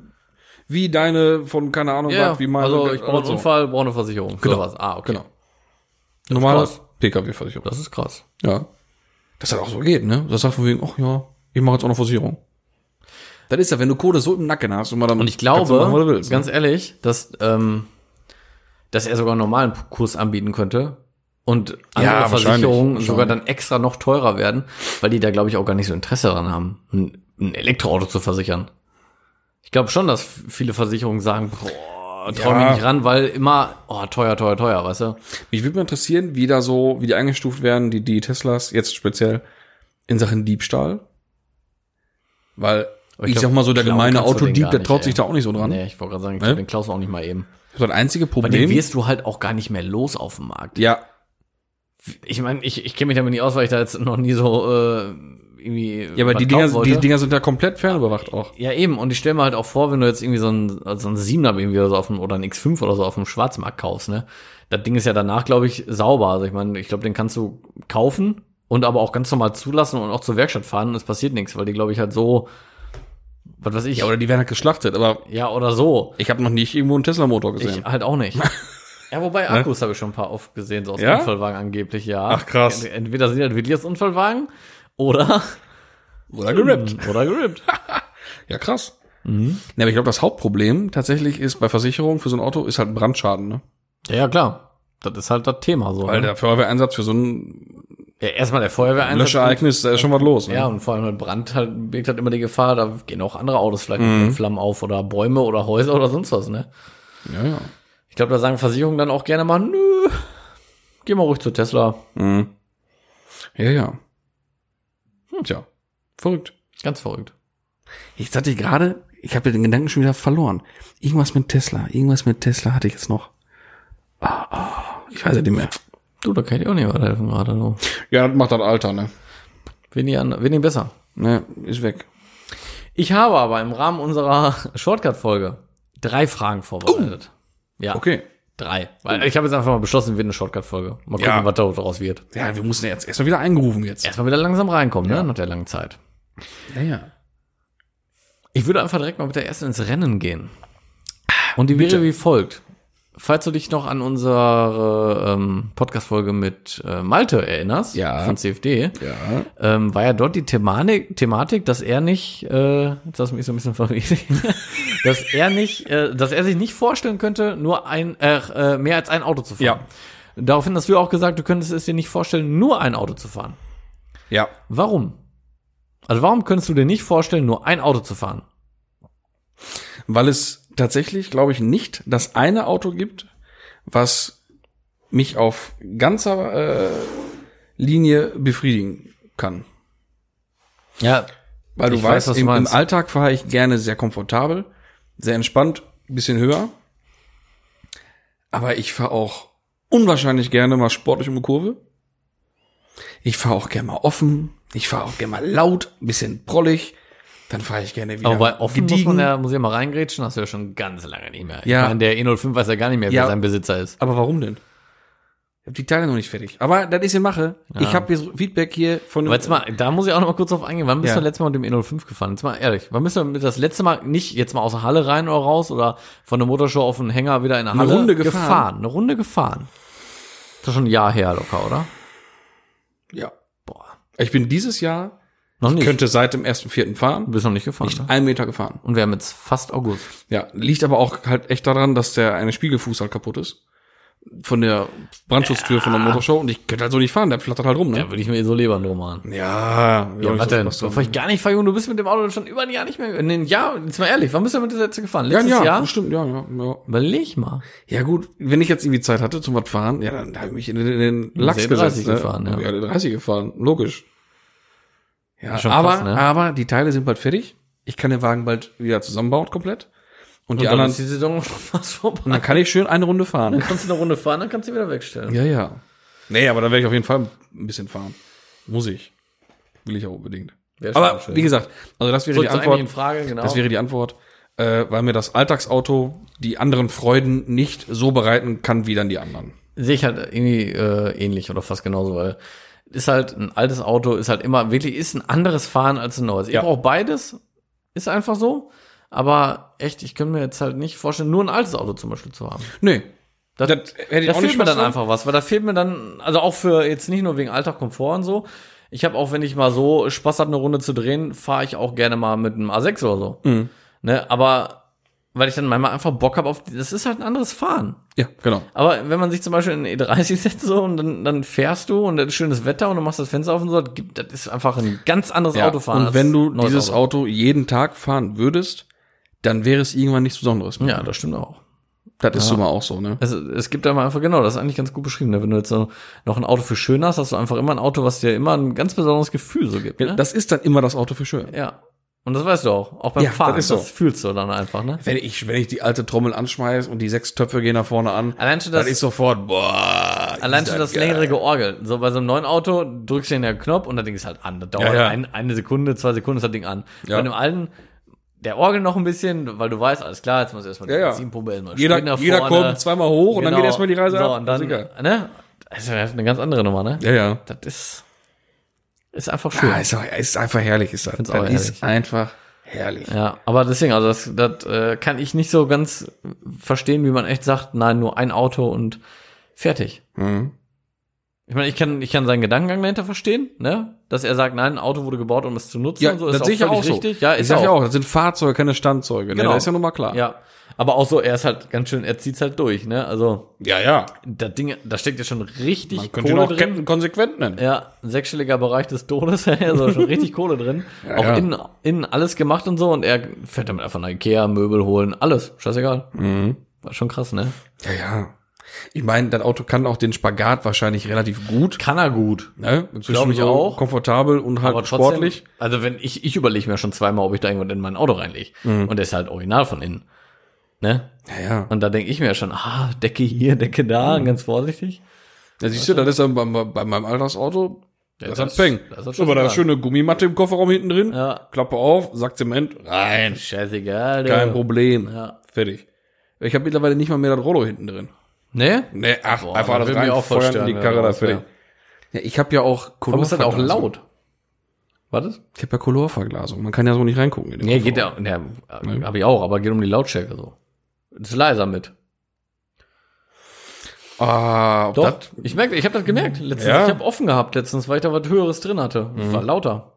Speaker 3: wie deine von keine Ahnung was, wie meine.
Speaker 2: also ich brauche einen
Speaker 3: so.
Speaker 2: Unfall, brauche eine Versicherung.
Speaker 3: Genau.
Speaker 2: Sowas. Ah, okay.
Speaker 3: Genau. Normale
Speaker 2: krass.
Speaker 3: PKW-Versicherung.
Speaker 2: Das ist krass.
Speaker 3: Ja. Dass das auch so geht, ne? Das sagt von wegen, ach ja, ich mache jetzt auch noch Versicherung. Das ist ja, wenn du ne? Kohle so im Nacken hast und mal dann
Speaker 2: Und ich
Speaker 3: kannst du machen, was du
Speaker 2: glaube,
Speaker 3: willst,
Speaker 2: ganz ehrlich, dass ähm, dass er sogar einen normalen Kurs anbieten könnte und andere
Speaker 3: Ja, wahrscheinlich,
Speaker 2: Versicherungen sogar
Speaker 3: wahrscheinlich.
Speaker 2: dann extra noch teurer werden, weil die da, glaube ich, auch gar nicht so Interesse daran haben, ein, ein Elektroauto zu versichern. Ich glaube schon, dass viele Versicherungen sagen, boah, trau
Speaker 3: Ja.
Speaker 2: mich nicht ran, weil immer, oh, teuer, teuer, teuer, weißt du?
Speaker 3: Mich würde mal interessieren, wie da so, wie die eingestuft werden, die, die Teslas, jetzt speziell in Sachen Diebstahl. Weil,
Speaker 2: Aber
Speaker 3: ich,
Speaker 2: ich glaub,
Speaker 3: sag mal so, der
Speaker 2: klauen
Speaker 3: gemeine
Speaker 2: kannst du den
Speaker 3: Autodieb,
Speaker 2: gar
Speaker 3: der
Speaker 2: nicht,
Speaker 3: traut
Speaker 2: ey.
Speaker 3: sich da auch nicht so dran.
Speaker 2: Nee, ich wollte gerade sagen, ich
Speaker 3: Ne?
Speaker 2: glaube, den Klaus auch nicht mal eben.
Speaker 3: Das einzige
Speaker 2: Bei dem
Speaker 3: Problem.
Speaker 2: wirst du halt auch gar nicht mehr los auf dem Markt.
Speaker 3: ja,
Speaker 2: Ich meine, ich, ich kenne mich damit nicht aus, weil ich da jetzt noch nie so äh, irgendwie.
Speaker 3: ja, aber
Speaker 2: was
Speaker 3: die
Speaker 2: kaufen
Speaker 3: Dinger, die
Speaker 2: wollte.
Speaker 3: Dinger sind da komplett fernüberwacht auch.
Speaker 2: Ja, eben. Und ich stelle mir halt auch vor, wenn du jetzt irgendwie so einen, also einen 7er BMW oder so auf dem, oder einen X5 oder so auf dem Schwarzmarkt kaufst, ne? Das Ding ist ja danach, glaube ich, sauber. Also ich meine, ich glaube, den kannst du kaufen und aber auch ganz normal zulassen und auch zur Werkstatt fahren und es passiert nichts, weil die, glaube ich, halt so, was weiß ich,
Speaker 3: Ja, oder die werden halt geschlachtet, aber
Speaker 2: ja, oder so.
Speaker 3: ich habe noch nicht irgendwo einen Tesla-Motor gesehen.
Speaker 2: Ich halt auch nicht. Ja, wobei Akkus habe ich schon ein paar oft gesehen, so aus
Speaker 3: Ne? Ja?
Speaker 2: Unfallwagen angeblich, ja.
Speaker 3: Ach, krass.
Speaker 2: Entweder sind das wirklich aus Unfallwagen oder
Speaker 3: Oder gerippt.
Speaker 2: Oder gerippt.
Speaker 3: Ja, krass.
Speaker 2: Mhm.
Speaker 3: Ja, aber ich glaube, das Hauptproblem tatsächlich ist bei Versicherungen für so ein Auto ist halt ein Brandschaden, ne?
Speaker 2: ja, ja, klar. Das ist halt das Thema so.
Speaker 3: Weil
Speaker 2: ne?
Speaker 3: der Feuerwehreinsatz für so ein
Speaker 2: Ja, erstmal der Feuerwehreinsatz.
Speaker 3: Löschereignis, da ist schon was los. Ne?
Speaker 2: Ja, und vor allem mit Brand halt, birgt halt immer die Gefahr, da gehen auch andere Autos vielleicht mit
Speaker 3: Mhm.
Speaker 2: Flammen auf oder Bäume oder Häuser oder sonst was, ne?
Speaker 3: ja, ja.
Speaker 2: Ich glaube, da sagen Versicherungen dann auch gerne mal, nö, geh mal ruhig zu Tesla.
Speaker 3: Mhm. Ja, ja. Hm. Tja, verrückt.
Speaker 2: Ganz verrückt.
Speaker 3: Jetzt hatte ich gerade, ich habe den Gedanken schon wieder verloren. Irgendwas mit Tesla, irgendwas mit Tesla hatte ich jetzt noch. Ah, ah, ich weiß ja nicht mehr.
Speaker 2: Du, da kann ich auch nicht weiterhelfen gerade. So.
Speaker 3: Ja, das macht das Alter, ne?
Speaker 2: Wenig, an, wenig besser.
Speaker 3: Ne, ist weg.
Speaker 2: Ich habe aber im Rahmen unserer Shortcut-Folge drei Fragen vorbereitet. Ja,
Speaker 3: Oh. Okay.
Speaker 2: drei. Weil ich habe jetzt einfach mal beschlossen, wir eine Shortcut-Folge. Mal gucken,
Speaker 3: Ja.
Speaker 2: was da draus wird.
Speaker 3: Ja, wir mussten jetzt erstmal wieder eingerufen jetzt.
Speaker 2: Erstmal wieder langsam reinkommen, ne? Nach der langen Zeit.
Speaker 3: Ja, ja.
Speaker 2: Ich würde einfach direkt mal mit der ersten ins Rennen gehen. Und die wäre wie folgt. Falls du dich noch an unsere ähm, Podcast-Folge mit äh, Malte erinnerst,
Speaker 3: Ja.
Speaker 2: von CFD,
Speaker 3: Ja.
Speaker 2: ähm, war ja dort die Thematik, Thematik dass er nicht, äh, jetzt hast du mich so ein bisschen verwiesen, dass er nicht, äh, dass er sich nicht vorstellen könnte, nur ein, äh, äh, mehr als ein Auto zu fahren.
Speaker 3: Ja.
Speaker 2: Daraufhin hast du auch gesagt, du könntest es dir nicht vorstellen, nur ein Auto zu fahren.
Speaker 3: Ja.
Speaker 2: Warum? Also warum könntest du dir nicht vorstellen, nur ein Auto zu fahren?
Speaker 3: weil es tatsächlich, glaube ich, nicht das eine Auto gibt, was mich auf ganzer äh, Linie befriedigen kann.
Speaker 2: Ja,
Speaker 3: Weil du
Speaker 2: Ich weiß,
Speaker 3: weißt,
Speaker 2: was du
Speaker 3: im, im
Speaker 2: meinst.
Speaker 3: Alltag fahre ich gerne sehr komfortabel, sehr entspannt, bisschen höher. Aber ich fahre auch unwahrscheinlich gerne mal sportlich um die Kurve. Ich fahre auch gerne mal offen. Ich fahre auch gerne mal laut, ein bisschen prollig. Dann fahre ich gerne wieder
Speaker 2: Aber bei offen muss
Speaker 3: gediegen.
Speaker 2: man ja, muss ich ja mal reingrätschen, hast du ja schon ganz lange nicht mehr.
Speaker 3: Ja.
Speaker 2: Ich meine, der E05 weiß ja gar nicht mehr,
Speaker 3: Ja.
Speaker 2: wer sein Besitzer ist.
Speaker 3: Aber warum denn? Ich habe die Teile noch nicht fertig. Aber das ist in Mache. Ich habe hier so Feedback hier von
Speaker 2: Aber jetzt mal, da muss ich auch noch mal kurz drauf eingehen. Wann bist
Speaker 3: Ja.
Speaker 2: du letztes Mal mit dem E05 gefahren? Jetzt mal ehrlich, wann bist du mit das letzte Mal nicht jetzt mal aus der Halle rein oder raus oder von der Motorshow auf den Hänger wieder in der
Speaker 3: Eine
Speaker 2: Halle
Speaker 3: Runde gefahren.
Speaker 2: Eine Runde gefahren. Das ist schon ein Jahr her locker, oder?
Speaker 3: Ja.
Speaker 2: Boah.
Speaker 3: Ich bin dieses Jahr,
Speaker 2: Noch nicht.
Speaker 3: könnte seit dem 1.4.
Speaker 2: du
Speaker 3: fahren,
Speaker 2: bist noch nicht gefahren. ne?
Speaker 3: einen Meter gefahren.
Speaker 2: Und wir haben jetzt fast August.
Speaker 3: Ja, liegt aber auch halt echt daran, dass der eine Spiegelfuß halt kaputt ist. Von der Brandschutztür von der Motorshow. Und ich könnte halt so nicht fahren, der flattert halt rum,
Speaker 2: Da
Speaker 3: ne?
Speaker 2: würde ich mir so Lebern drum machen.
Speaker 3: Ja, ja,
Speaker 2: Ja, was denn?
Speaker 3: so
Speaker 2: Bevor ich gar nicht fahre, Junge, du bist mit dem Auto schon über ein Jahr nicht mehr. Nee, ein Jahr, jetzt mal ehrlich, wann bist du mit der letzte gefahren?
Speaker 3: ja,
Speaker 2: Letztes
Speaker 3: ja,
Speaker 2: Jahr?
Speaker 3: ja, stimmt, ja, ja, ja.
Speaker 2: Überleg mal.
Speaker 3: Ja gut, wenn ich jetzt irgendwie Zeit hatte zum was fahren, ja, dann habe ich mich in den, in den Lachs
Speaker 2: 30
Speaker 3: gesetzt. Ne?
Speaker 2: gefahren, ja.
Speaker 3: ja, den 30 gefahren, logisch. Ja,
Speaker 2: Schon
Speaker 3: aber,
Speaker 2: krass, ne?
Speaker 3: aber die Teile sind bald fertig. Ich kann den Wagen bald wieder zusammenbauen komplett. Und, die
Speaker 2: dann
Speaker 3: anderen,
Speaker 2: ist die Saison schon fast
Speaker 3: und
Speaker 2: vorbei.
Speaker 3: dann kann ich schön eine Runde fahren.
Speaker 2: Kannst du eine Runde fahren, dann kannst du wieder wegstellen.
Speaker 3: ja, ja. Nee, aber dann werde ich auf jeden Fall ein bisschen fahren. Muss ich. Will ich auch unbedingt.
Speaker 2: Wär schon
Speaker 3: aber
Speaker 2: schön.
Speaker 3: wie gesagt, also das wäre
Speaker 2: So,
Speaker 3: die
Speaker 2: zur eigentlichen
Speaker 3: Antwort.
Speaker 2: Frage, genau.
Speaker 3: Das wäre die Antwort, äh, weil mir das Alltagsauto die anderen Freuden nicht so bereiten kann wie dann die anderen.
Speaker 2: Sehe ich halt irgendwie äh, ähnlich oder fast genauso, weil ist halt ein altes Auto, ist halt immer wirklich, ist ein anderes Fahren als ein neues. Ich
Speaker 3: Ja.
Speaker 2: brauche beides, ist einfach so. Aber echt, ich könnte mir jetzt halt nicht vorstellen, nur ein altes Auto zum Beispiel zu haben.
Speaker 3: Nee,
Speaker 2: Das,
Speaker 3: Das hätte ich
Speaker 2: da
Speaker 3: auch nicht
Speaker 2: fehlt
Speaker 3: ne?
Speaker 2: mir
Speaker 3: Spaß
Speaker 2: dann
Speaker 3: dran.
Speaker 2: einfach was, weil da fehlt mir dann, also auch für jetzt nicht nur wegen Alter, Komfort und so. Ich habe auch, wenn ich mal so
Speaker 3: Mhm.
Speaker 2: Spaß habe, eine Runde zu drehen, fahre ich auch gerne mal mit einem A6 oder so. Ne, aber weil ich dann manchmal einfach Bock habe auf, das ist halt ein anderes Fahren.
Speaker 3: Ja, genau.
Speaker 2: Aber wenn man sich zum Beispiel in den E30 setzt so und dann, dann fährst du und dann ist schönes Wetter und du machst das Fenster auf und so, das gibt- das ist einfach ein ganz anderes
Speaker 3: Ja,
Speaker 2: Autofahren.
Speaker 3: Und
Speaker 2: als
Speaker 3: wenn du
Speaker 2: neues
Speaker 3: dieses Auto. jeden Tag fahren würdest, dann wäre es irgendwann nichts Besonderes. mehr.
Speaker 2: Ja, das stimmt auch.
Speaker 3: Das ist so mal auch so, ne?
Speaker 2: Also es gibt da mal einfach, genau, das ist eigentlich ganz gut beschrieben. ne? Wenn du jetzt so noch ein Auto für schön hast, hast du einfach immer ein Auto, was dir immer ein ganz besonderes Gefühl so gibt. Ne?
Speaker 3: Das ist dann immer das Auto für schön.
Speaker 2: ja. Und das weißt du auch. Auch beim
Speaker 3: Ja, das
Speaker 2: Fahren.
Speaker 3: ist so.
Speaker 2: das fühlst du dann einfach, ne?
Speaker 3: Wenn ich, wenn ich die alte Trommel anschmeiß und die sechs Töpfe gehen nach vorne an,
Speaker 2: Allein schon
Speaker 3: dann
Speaker 2: das,
Speaker 3: ist sofort, boah.
Speaker 2: allein
Speaker 3: ist
Speaker 2: schon das
Speaker 3: geil.
Speaker 2: längere Georgel. So bei so einem neuen Auto drückst du in den Knopf und das Ding ist halt an. Das dauert
Speaker 3: Ja, ja.
Speaker 2: Ein, eine Sekunde, zwei Sekunden ist das Ding an.
Speaker 3: Ja.
Speaker 2: Bei einem alten, der Orgel noch ein bisschen, weil du weißt, alles klar, jetzt muss erstmal die
Speaker 3: Ja, ja.
Speaker 2: Benzinpumpe erstmal springen
Speaker 3: Jeder,
Speaker 2: nach
Speaker 3: jeder
Speaker 2: vorne.
Speaker 3: kommt zweimal hoch und dann
Speaker 2: Genau.
Speaker 3: geht erstmal die Reise
Speaker 2: so,
Speaker 3: ab.
Speaker 2: Und
Speaker 3: Das
Speaker 2: dann,
Speaker 3: ist egal.
Speaker 2: ne? Das ist ja eine ganz andere Nummer, ne?
Speaker 3: ja, ja.
Speaker 2: Das ist, ist einfach schön.
Speaker 3: Ah, ist, auch, ist einfach herrlich, ist das.
Speaker 2: find's
Speaker 3: Das
Speaker 2: auch herrlich.
Speaker 3: ist einfach herrlich.
Speaker 2: Ja, aber deswegen, also das, das äh, kann ich nicht so ganz verstehen, wie man echt sagt, nein, nur ein Auto und fertig.
Speaker 3: Mhm.
Speaker 2: Ich meine, ich kann, ich kann seinen Gedankengang dahinter verstehen, ne? Dass er sagt, nein, ein Auto wurde gebaut, um es zu nutzen und so, ist auch
Speaker 3: sehe ich
Speaker 2: völlig richtig. Ja,
Speaker 3: ich
Speaker 2: ist
Speaker 3: sag ja
Speaker 2: auch.
Speaker 3: auch, das sind Fahrzeuge, keine Standzeuge. Ne?
Speaker 2: Genau.
Speaker 3: Das ist ja nun mal klar.
Speaker 2: Ja. Aber auch so, er ist halt ganz schön, er zieht's halt durch, ne? Also,
Speaker 3: ja. ja.
Speaker 2: das Ding, da steckt ja schon richtig
Speaker 3: Man könnte ihn auch Captain konsequent nennen.
Speaker 2: Ja, ein sechsstelliger Bereich des Todes, also schon richtig Kohle drin. auch
Speaker 3: ja.
Speaker 2: Innen, innen alles gemacht und so und er fährt damit einfach nach Ikea, Möbel holen, alles, scheißegal. War schon krass, ne?
Speaker 3: Ja, ja. Ich meine, das Auto kann auch den Spagat wahrscheinlich relativ gut.
Speaker 2: Kann er gut.
Speaker 3: Ne? Zwischen
Speaker 2: ich auch.
Speaker 3: Komfortabel und halt
Speaker 2: Aber trotzdem,
Speaker 3: sportlich.
Speaker 2: also wenn ich, ich überlege mir schon zweimal, ob ich da irgendwann in mein Auto reinlege. Und der ist halt original von innen. Ne?
Speaker 3: Ja, ja.
Speaker 2: Und da denke ich mir ja schon, ah, Decke hier, Decke da, ganz vorsichtig.
Speaker 3: ja siehst du, das ist dann bei, bei meinem Altersauto.
Speaker 2: Ja,
Speaker 3: Das, hat
Speaker 2: das-
Speaker 3: Peng.
Speaker 2: das hat schon
Speaker 3: Aber da ist
Speaker 2: Spaß.
Speaker 3: schöne Gummimatte im Kofferraum hinten drin.
Speaker 2: Ja.
Speaker 3: Klappe auf, Sack Zement, rein.
Speaker 2: Scheißegal. du.
Speaker 3: Kein Problem.
Speaker 2: Ja.
Speaker 3: Fertig. Ich habe mittlerweile nicht mal mehr das Rollo hinten drin.
Speaker 2: Ne?
Speaker 3: Nee, ach,
Speaker 2: Boah,
Speaker 3: einfach alles
Speaker 2: das würde mich
Speaker 3: rein,
Speaker 2: auch voll
Speaker 3: feuern
Speaker 2: stören,
Speaker 3: die
Speaker 2: wenn
Speaker 3: Karre
Speaker 2: das
Speaker 3: da
Speaker 2: was
Speaker 3: fertig. Ja, ich habe ja auch
Speaker 2: Warum ist das auch
Speaker 3: Colorverglasung.
Speaker 2: laut? Was?
Speaker 3: Ich habe ja Colorverglasung. Man kann ja so nicht reingucken. in den
Speaker 2: Nee, geht
Speaker 3: Kofferraum.
Speaker 2: ja, ne, habe ich auch, aber geht um die Lautstärke so. Ist leiser mit.
Speaker 3: Ah, ob
Speaker 2: Doch,
Speaker 3: das
Speaker 2: ich merke, ich habe das gemerkt. Letztens,
Speaker 3: Ja. Mhm.
Speaker 2: ich habe offen gehabt letztens, weil ich da was Höheres drin hatte. War lauter.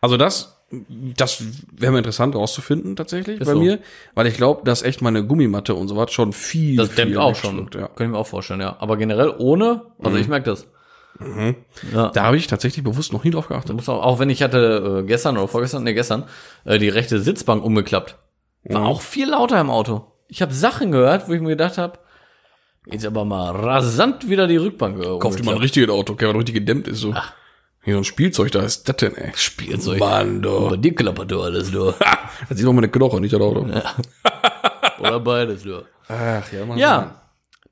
Speaker 3: Also das, das wäre mir interessant rauszufinden tatsächlich
Speaker 2: Ist
Speaker 3: bei
Speaker 2: so.
Speaker 3: mir, weil ich glaube, dass echt meine Gummimatte und sowas schon viel,
Speaker 2: Das
Speaker 3: viel
Speaker 2: dämmt auch schon.
Speaker 3: wegschluckt, Ja. Mhm.
Speaker 2: Kann ich mir auch vorstellen, ja. Aber generell ohne, also ich merke das. Ja.
Speaker 3: Da habe ich tatsächlich bewusst noch nie drauf
Speaker 2: Da
Speaker 3: geachtet.
Speaker 2: muss auch, auch wenn ich hatte äh, gestern oder vorgestern, ne, gestern, äh, die rechte Sitzbank umgeklappt.
Speaker 3: Mhm.
Speaker 2: War auch viel lauter im Auto. Ich habe Sachen gehört, wo ich mir gedacht habe, jetzt aber mal rasant wieder die Rückbank. äh,
Speaker 3: Kauft immer ein
Speaker 2: umgeklappt.
Speaker 3: richtiges Auto, okay, was richtig gedämmt ist so. Hier so ein Spielzeug, da ist das denn, ey.
Speaker 2: Spielzeug.
Speaker 3: Mann, du.
Speaker 2: Aber die klappert du alles nur.
Speaker 3: Ha, das sieht doch meine Knochen, nicht das Auto.
Speaker 2: Oder beides nur.
Speaker 3: Ach, ja, Mann. Ja.
Speaker 2: Ja,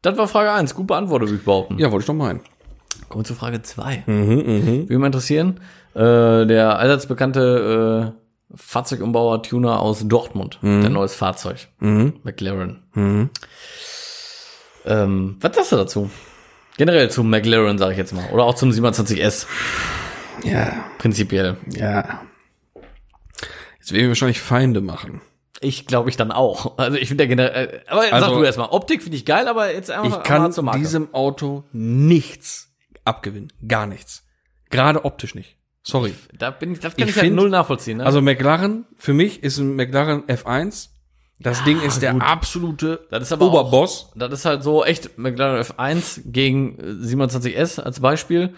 Speaker 2: das war Frage 1. Gut beantwortet, würde ich behaupten. Mhm,
Speaker 3: Ja, wollte ich doch meinen.
Speaker 2: Kommen wir zu Frage 2. Würde mich interessieren, äh, der allseits bekannte äh, Fahrzeugumbauer Tuner aus Dortmund, der neues Fahrzeug, McLaren. Ähm, was sagst du dazu? Generell zum McLaren, sage ich jetzt mal. Oder auch zum 720S,
Speaker 3: Ja,
Speaker 2: prinzipiell.
Speaker 3: ja. Jetzt werden wir wahrscheinlich Feinde machen.
Speaker 2: Ich glaube, ich dann auch. Also ich finde ja generell, aber sag
Speaker 3: Also-
Speaker 2: du erst mal. Optik finde ich geil, aber jetzt einfach
Speaker 3: Ich kann
Speaker 2: mal zur Marke.
Speaker 3: diesem Auto nichts abgewinnen. Gar nichts. Gerade optisch nicht. Sorry.
Speaker 2: da bin ich, das kann ich,
Speaker 3: Ich
Speaker 2: halt
Speaker 3: find-
Speaker 2: null nachvollziehen. Ne?
Speaker 3: Also McLaren, für mich ist ein McLaren F1. Das Ding ist der
Speaker 2: gut.
Speaker 3: absolute
Speaker 2: Das ist aber
Speaker 3: Oberboss.
Speaker 2: Auch, das ist halt so echt McLaren F1 gegen äh, 27S als Beispiel.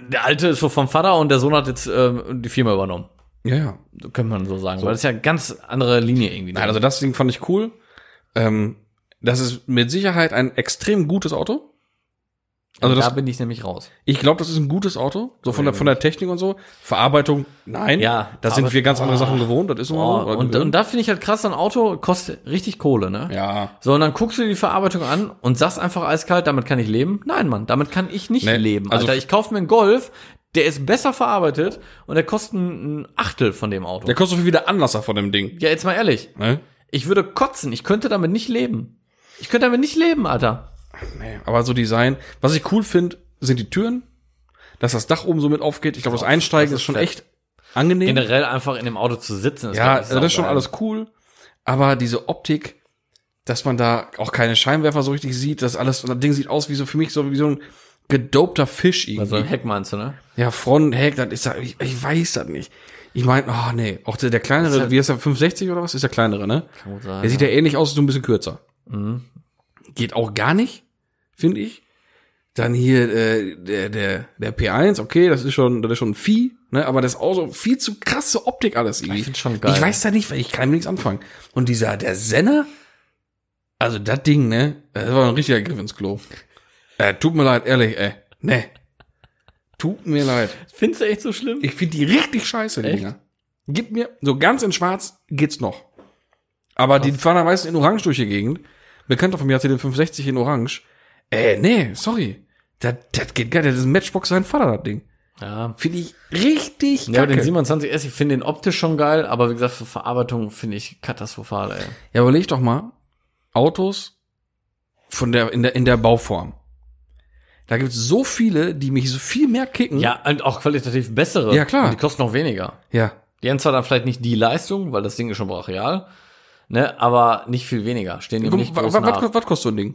Speaker 2: Der alte ist so vom Vater und der Sohn hat jetzt ähm, die Firma übernommen.
Speaker 3: Ja, ja.
Speaker 2: So Könnte man so sagen. Weil das ist ja eine ganz andere Linie irgendwie.
Speaker 3: Nein, also das Ding fand ich cool. Ähm, das ist mit Sicherheit ein extrem gutes Auto. Also
Speaker 2: da
Speaker 3: das,
Speaker 2: bin ich nämlich raus.
Speaker 3: ich glaube, das ist ein gutes Auto. So von der, von der Technik und so. Verarbeitung, nein.
Speaker 2: Ja,
Speaker 3: Da sind
Speaker 2: aber-
Speaker 3: wir ganz andere Sachen gewohnt. Das ist immer so.
Speaker 2: Oh,
Speaker 3: oder
Speaker 2: und,
Speaker 3: gewöhnt.
Speaker 2: und da finde ich halt krass, so ein Auto kostet richtig Kohle, ne?
Speaker 3: ja.
Speaker 2: So, und dann guckst du dir die Verarbeitung an und sagst einfach eiskalt, damit kann ich leben. Nein, Mann, damit kann ich nicht
Speaker 3: Nee,
Speaker 2: leben.
Speaker 3: also-
Speaker 2: Alter, ich kaufe mir einen Golf, der ist besser verarbeitet und der kostet ein ein Achtel von dem Auto.
Speaker 3: Der kostet so viel wie der Anlasser von dem Ding.
Speaker 2: Ja, jetzt mal ehrlich.
Speaker 3: Ne?
Speaker 2: Ich würde kotzen. Ich könnte damit nicht leben. Ich könnte damit nicht leben, Alter.
Speaker 3: Nee, aber so Design. Was ich cool finde, sind die Türen. Dass das Dach oben so mit aufgeht. Ich glaube, das Einsteigen ist,
Speaker 2: das ist
Speaker 3: schon
Speaker 2: fett.
Speaker 3: echt angenehm.
Speaker 2: Generell einfach in dem Auto zu sitzen. Ist
Speaker 3: ja,
Speaker 2: glaub ich,
Speaker 3: das ist schon
Speaker 2: saugeil.
Speaker 3: alles cool. Aber diese Optik, dass man da auch keine Scheinwerfer so richtig sieht, das alles, das Ding sieht aus wie so für mich so wie so ein gedopter Fisch irgendwie.
Speaker 2: Also ein Heck meinst du, ne?
Speaker 3: Ja, Front, Heck, das ist, ich, ich weiß das nicht. Ich meine, oh nee, auch der, der kleinere, wie ist der, 560 oder was? Ist der kleinere, ne?
Speaker 2: Kann gut sein, Mhm.
Speaker 3: Der sieht ja ähnlich aus, ist nur ein bisschen kürzer. Geht auch gar nicht, finde ich. Dann hier äh, der, der, der P1, okay, das ist schon, das ist schon ein Vieh, ne? Aber das ist auch so viel zu krasse Optik alles irgendwie.
Speaker 2: find's schon geil.
Speaker 3: Ich weiß da nicht, weil ich kann ihm nichts anfangen. Und dieser, der Senner, also das Ding, ne? Das war ein richtiger Griff ins Klo. Äh, tut mir leid, ehrlich, ey. Ne. Tut mir leid.
Speaker 2: Findest du echt so schlimm?
Speaker 3: Ich finde die richtig scheiße, die
Speaker 2: Echt?
Speaker 3: Dinger. Gib mir, so ganz in schwarz geht's noch. Aber die fahren am meisten in Orange durch die Gegend. Ein Bekannter von mir hatte den 560 in Orange. Äh, nee, sorry. Das, das geht gar nicht. Das ist ein Matchbox sein Vater, das Ding.
Speaker 2: ja.
Speaker 3: Finde ich richtig
Speaker 2: Ja,
Speaker 3: kacke.
Speaker 2: den 27S, ich finde den optisch schon geil, aber wie gesagt, für Verarbeitung finde ich katastrophal, ey.
Speaker 3: Ja, überleg doch mal. Autos von der, in der, in der Bauform. Da gibt's so viele, die mich so viel mehr kicken.
Speaker 2: Ja, und auch qualitativ bessere.
Speaker 3: Ja, klar.
Speaker 2: Und die kosten auch weniger.
Speaker 3: Ja.
Speaker 2: Die haben zwar dann vielleicht nicht die Leistung, weil das Ding ist schon brachial, ne, aber nicht viel weniger. Stehen dem
Speaker 3: Guck,
Speaker 2: nicht
Speaker 3: wa-
Speaker 2: groß
Speaker 3: wa-
Speaker 2: nach.
Speaker 3: was, was kostet so ein Ding?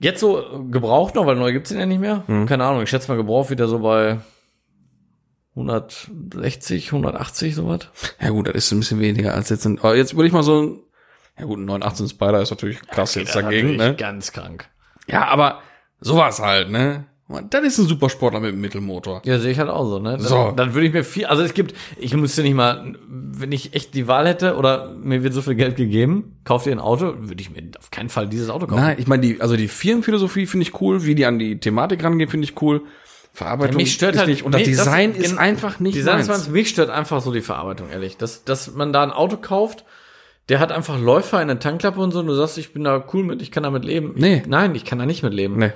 Speaker 2: Jetzt so äh, gebraucht noch, weil neu gibt's den ja nicht mehr.
Speaker 3: Mhm.
Speaker 2: Keine Ahnung, ich schätze mal gebraucht wieder so bei 160, 180, sowas.
Speaker 3: Ja gut, das ist ein bisschen weniger als jetzt ein. Aber jetzt würde ich mal so ein. Ja gut, ein 918 Spider ist natürlich krass jetzt dagegen, ne?
Speaker 2: Ganz krank.
Speaker 3: Ja, aber sowas halt, ne? Man, Das ist ein Supersportler mit einem Mittelmotor.
Speaker 2: Ja, sehe ich halt auch so, ne? Dann,
Speaker 3: So.
Speaker 2: Dann würde ich mir viel, also es gibt, ich müsste nicht mal, wenn ich echt die Wahl hätte oder mir wird so viel Geld gegeben, kauft ihr ein Auto, würde ich mir auf keinen Fall dieses Auto kaufen.
Speaker 3: Nein, ich meine, die, also die Firmenphilosophie finde ich cool, wie die an die Thematik rangehen, finde ich cool. Verarbeitung
Speaker 2: Ja, mich stört
Speaker 3: ist
Speaker 2: halt-
Speaker 3: nicht. Und das
Speaker 2: nee, das-
Speaker 3: Design ist
Speaker 2: gen-
Speaker 3: einfach nicht
Speaker 2: Design
Speaker 3: meins.
Speaker 2: ist mich stört einfach so die Verarbeitung, ehrlich. Dass, dass man da ein Auto kauft, der hat einfach Läufer in der Tankklappe und so und du sagst, ich bin da cool mit, ich kann damit leben.
Speaker 3: Nee.
Speaker 2: Ich, nein, ich kann da nicht mit leben.
Speaker 3: Nee.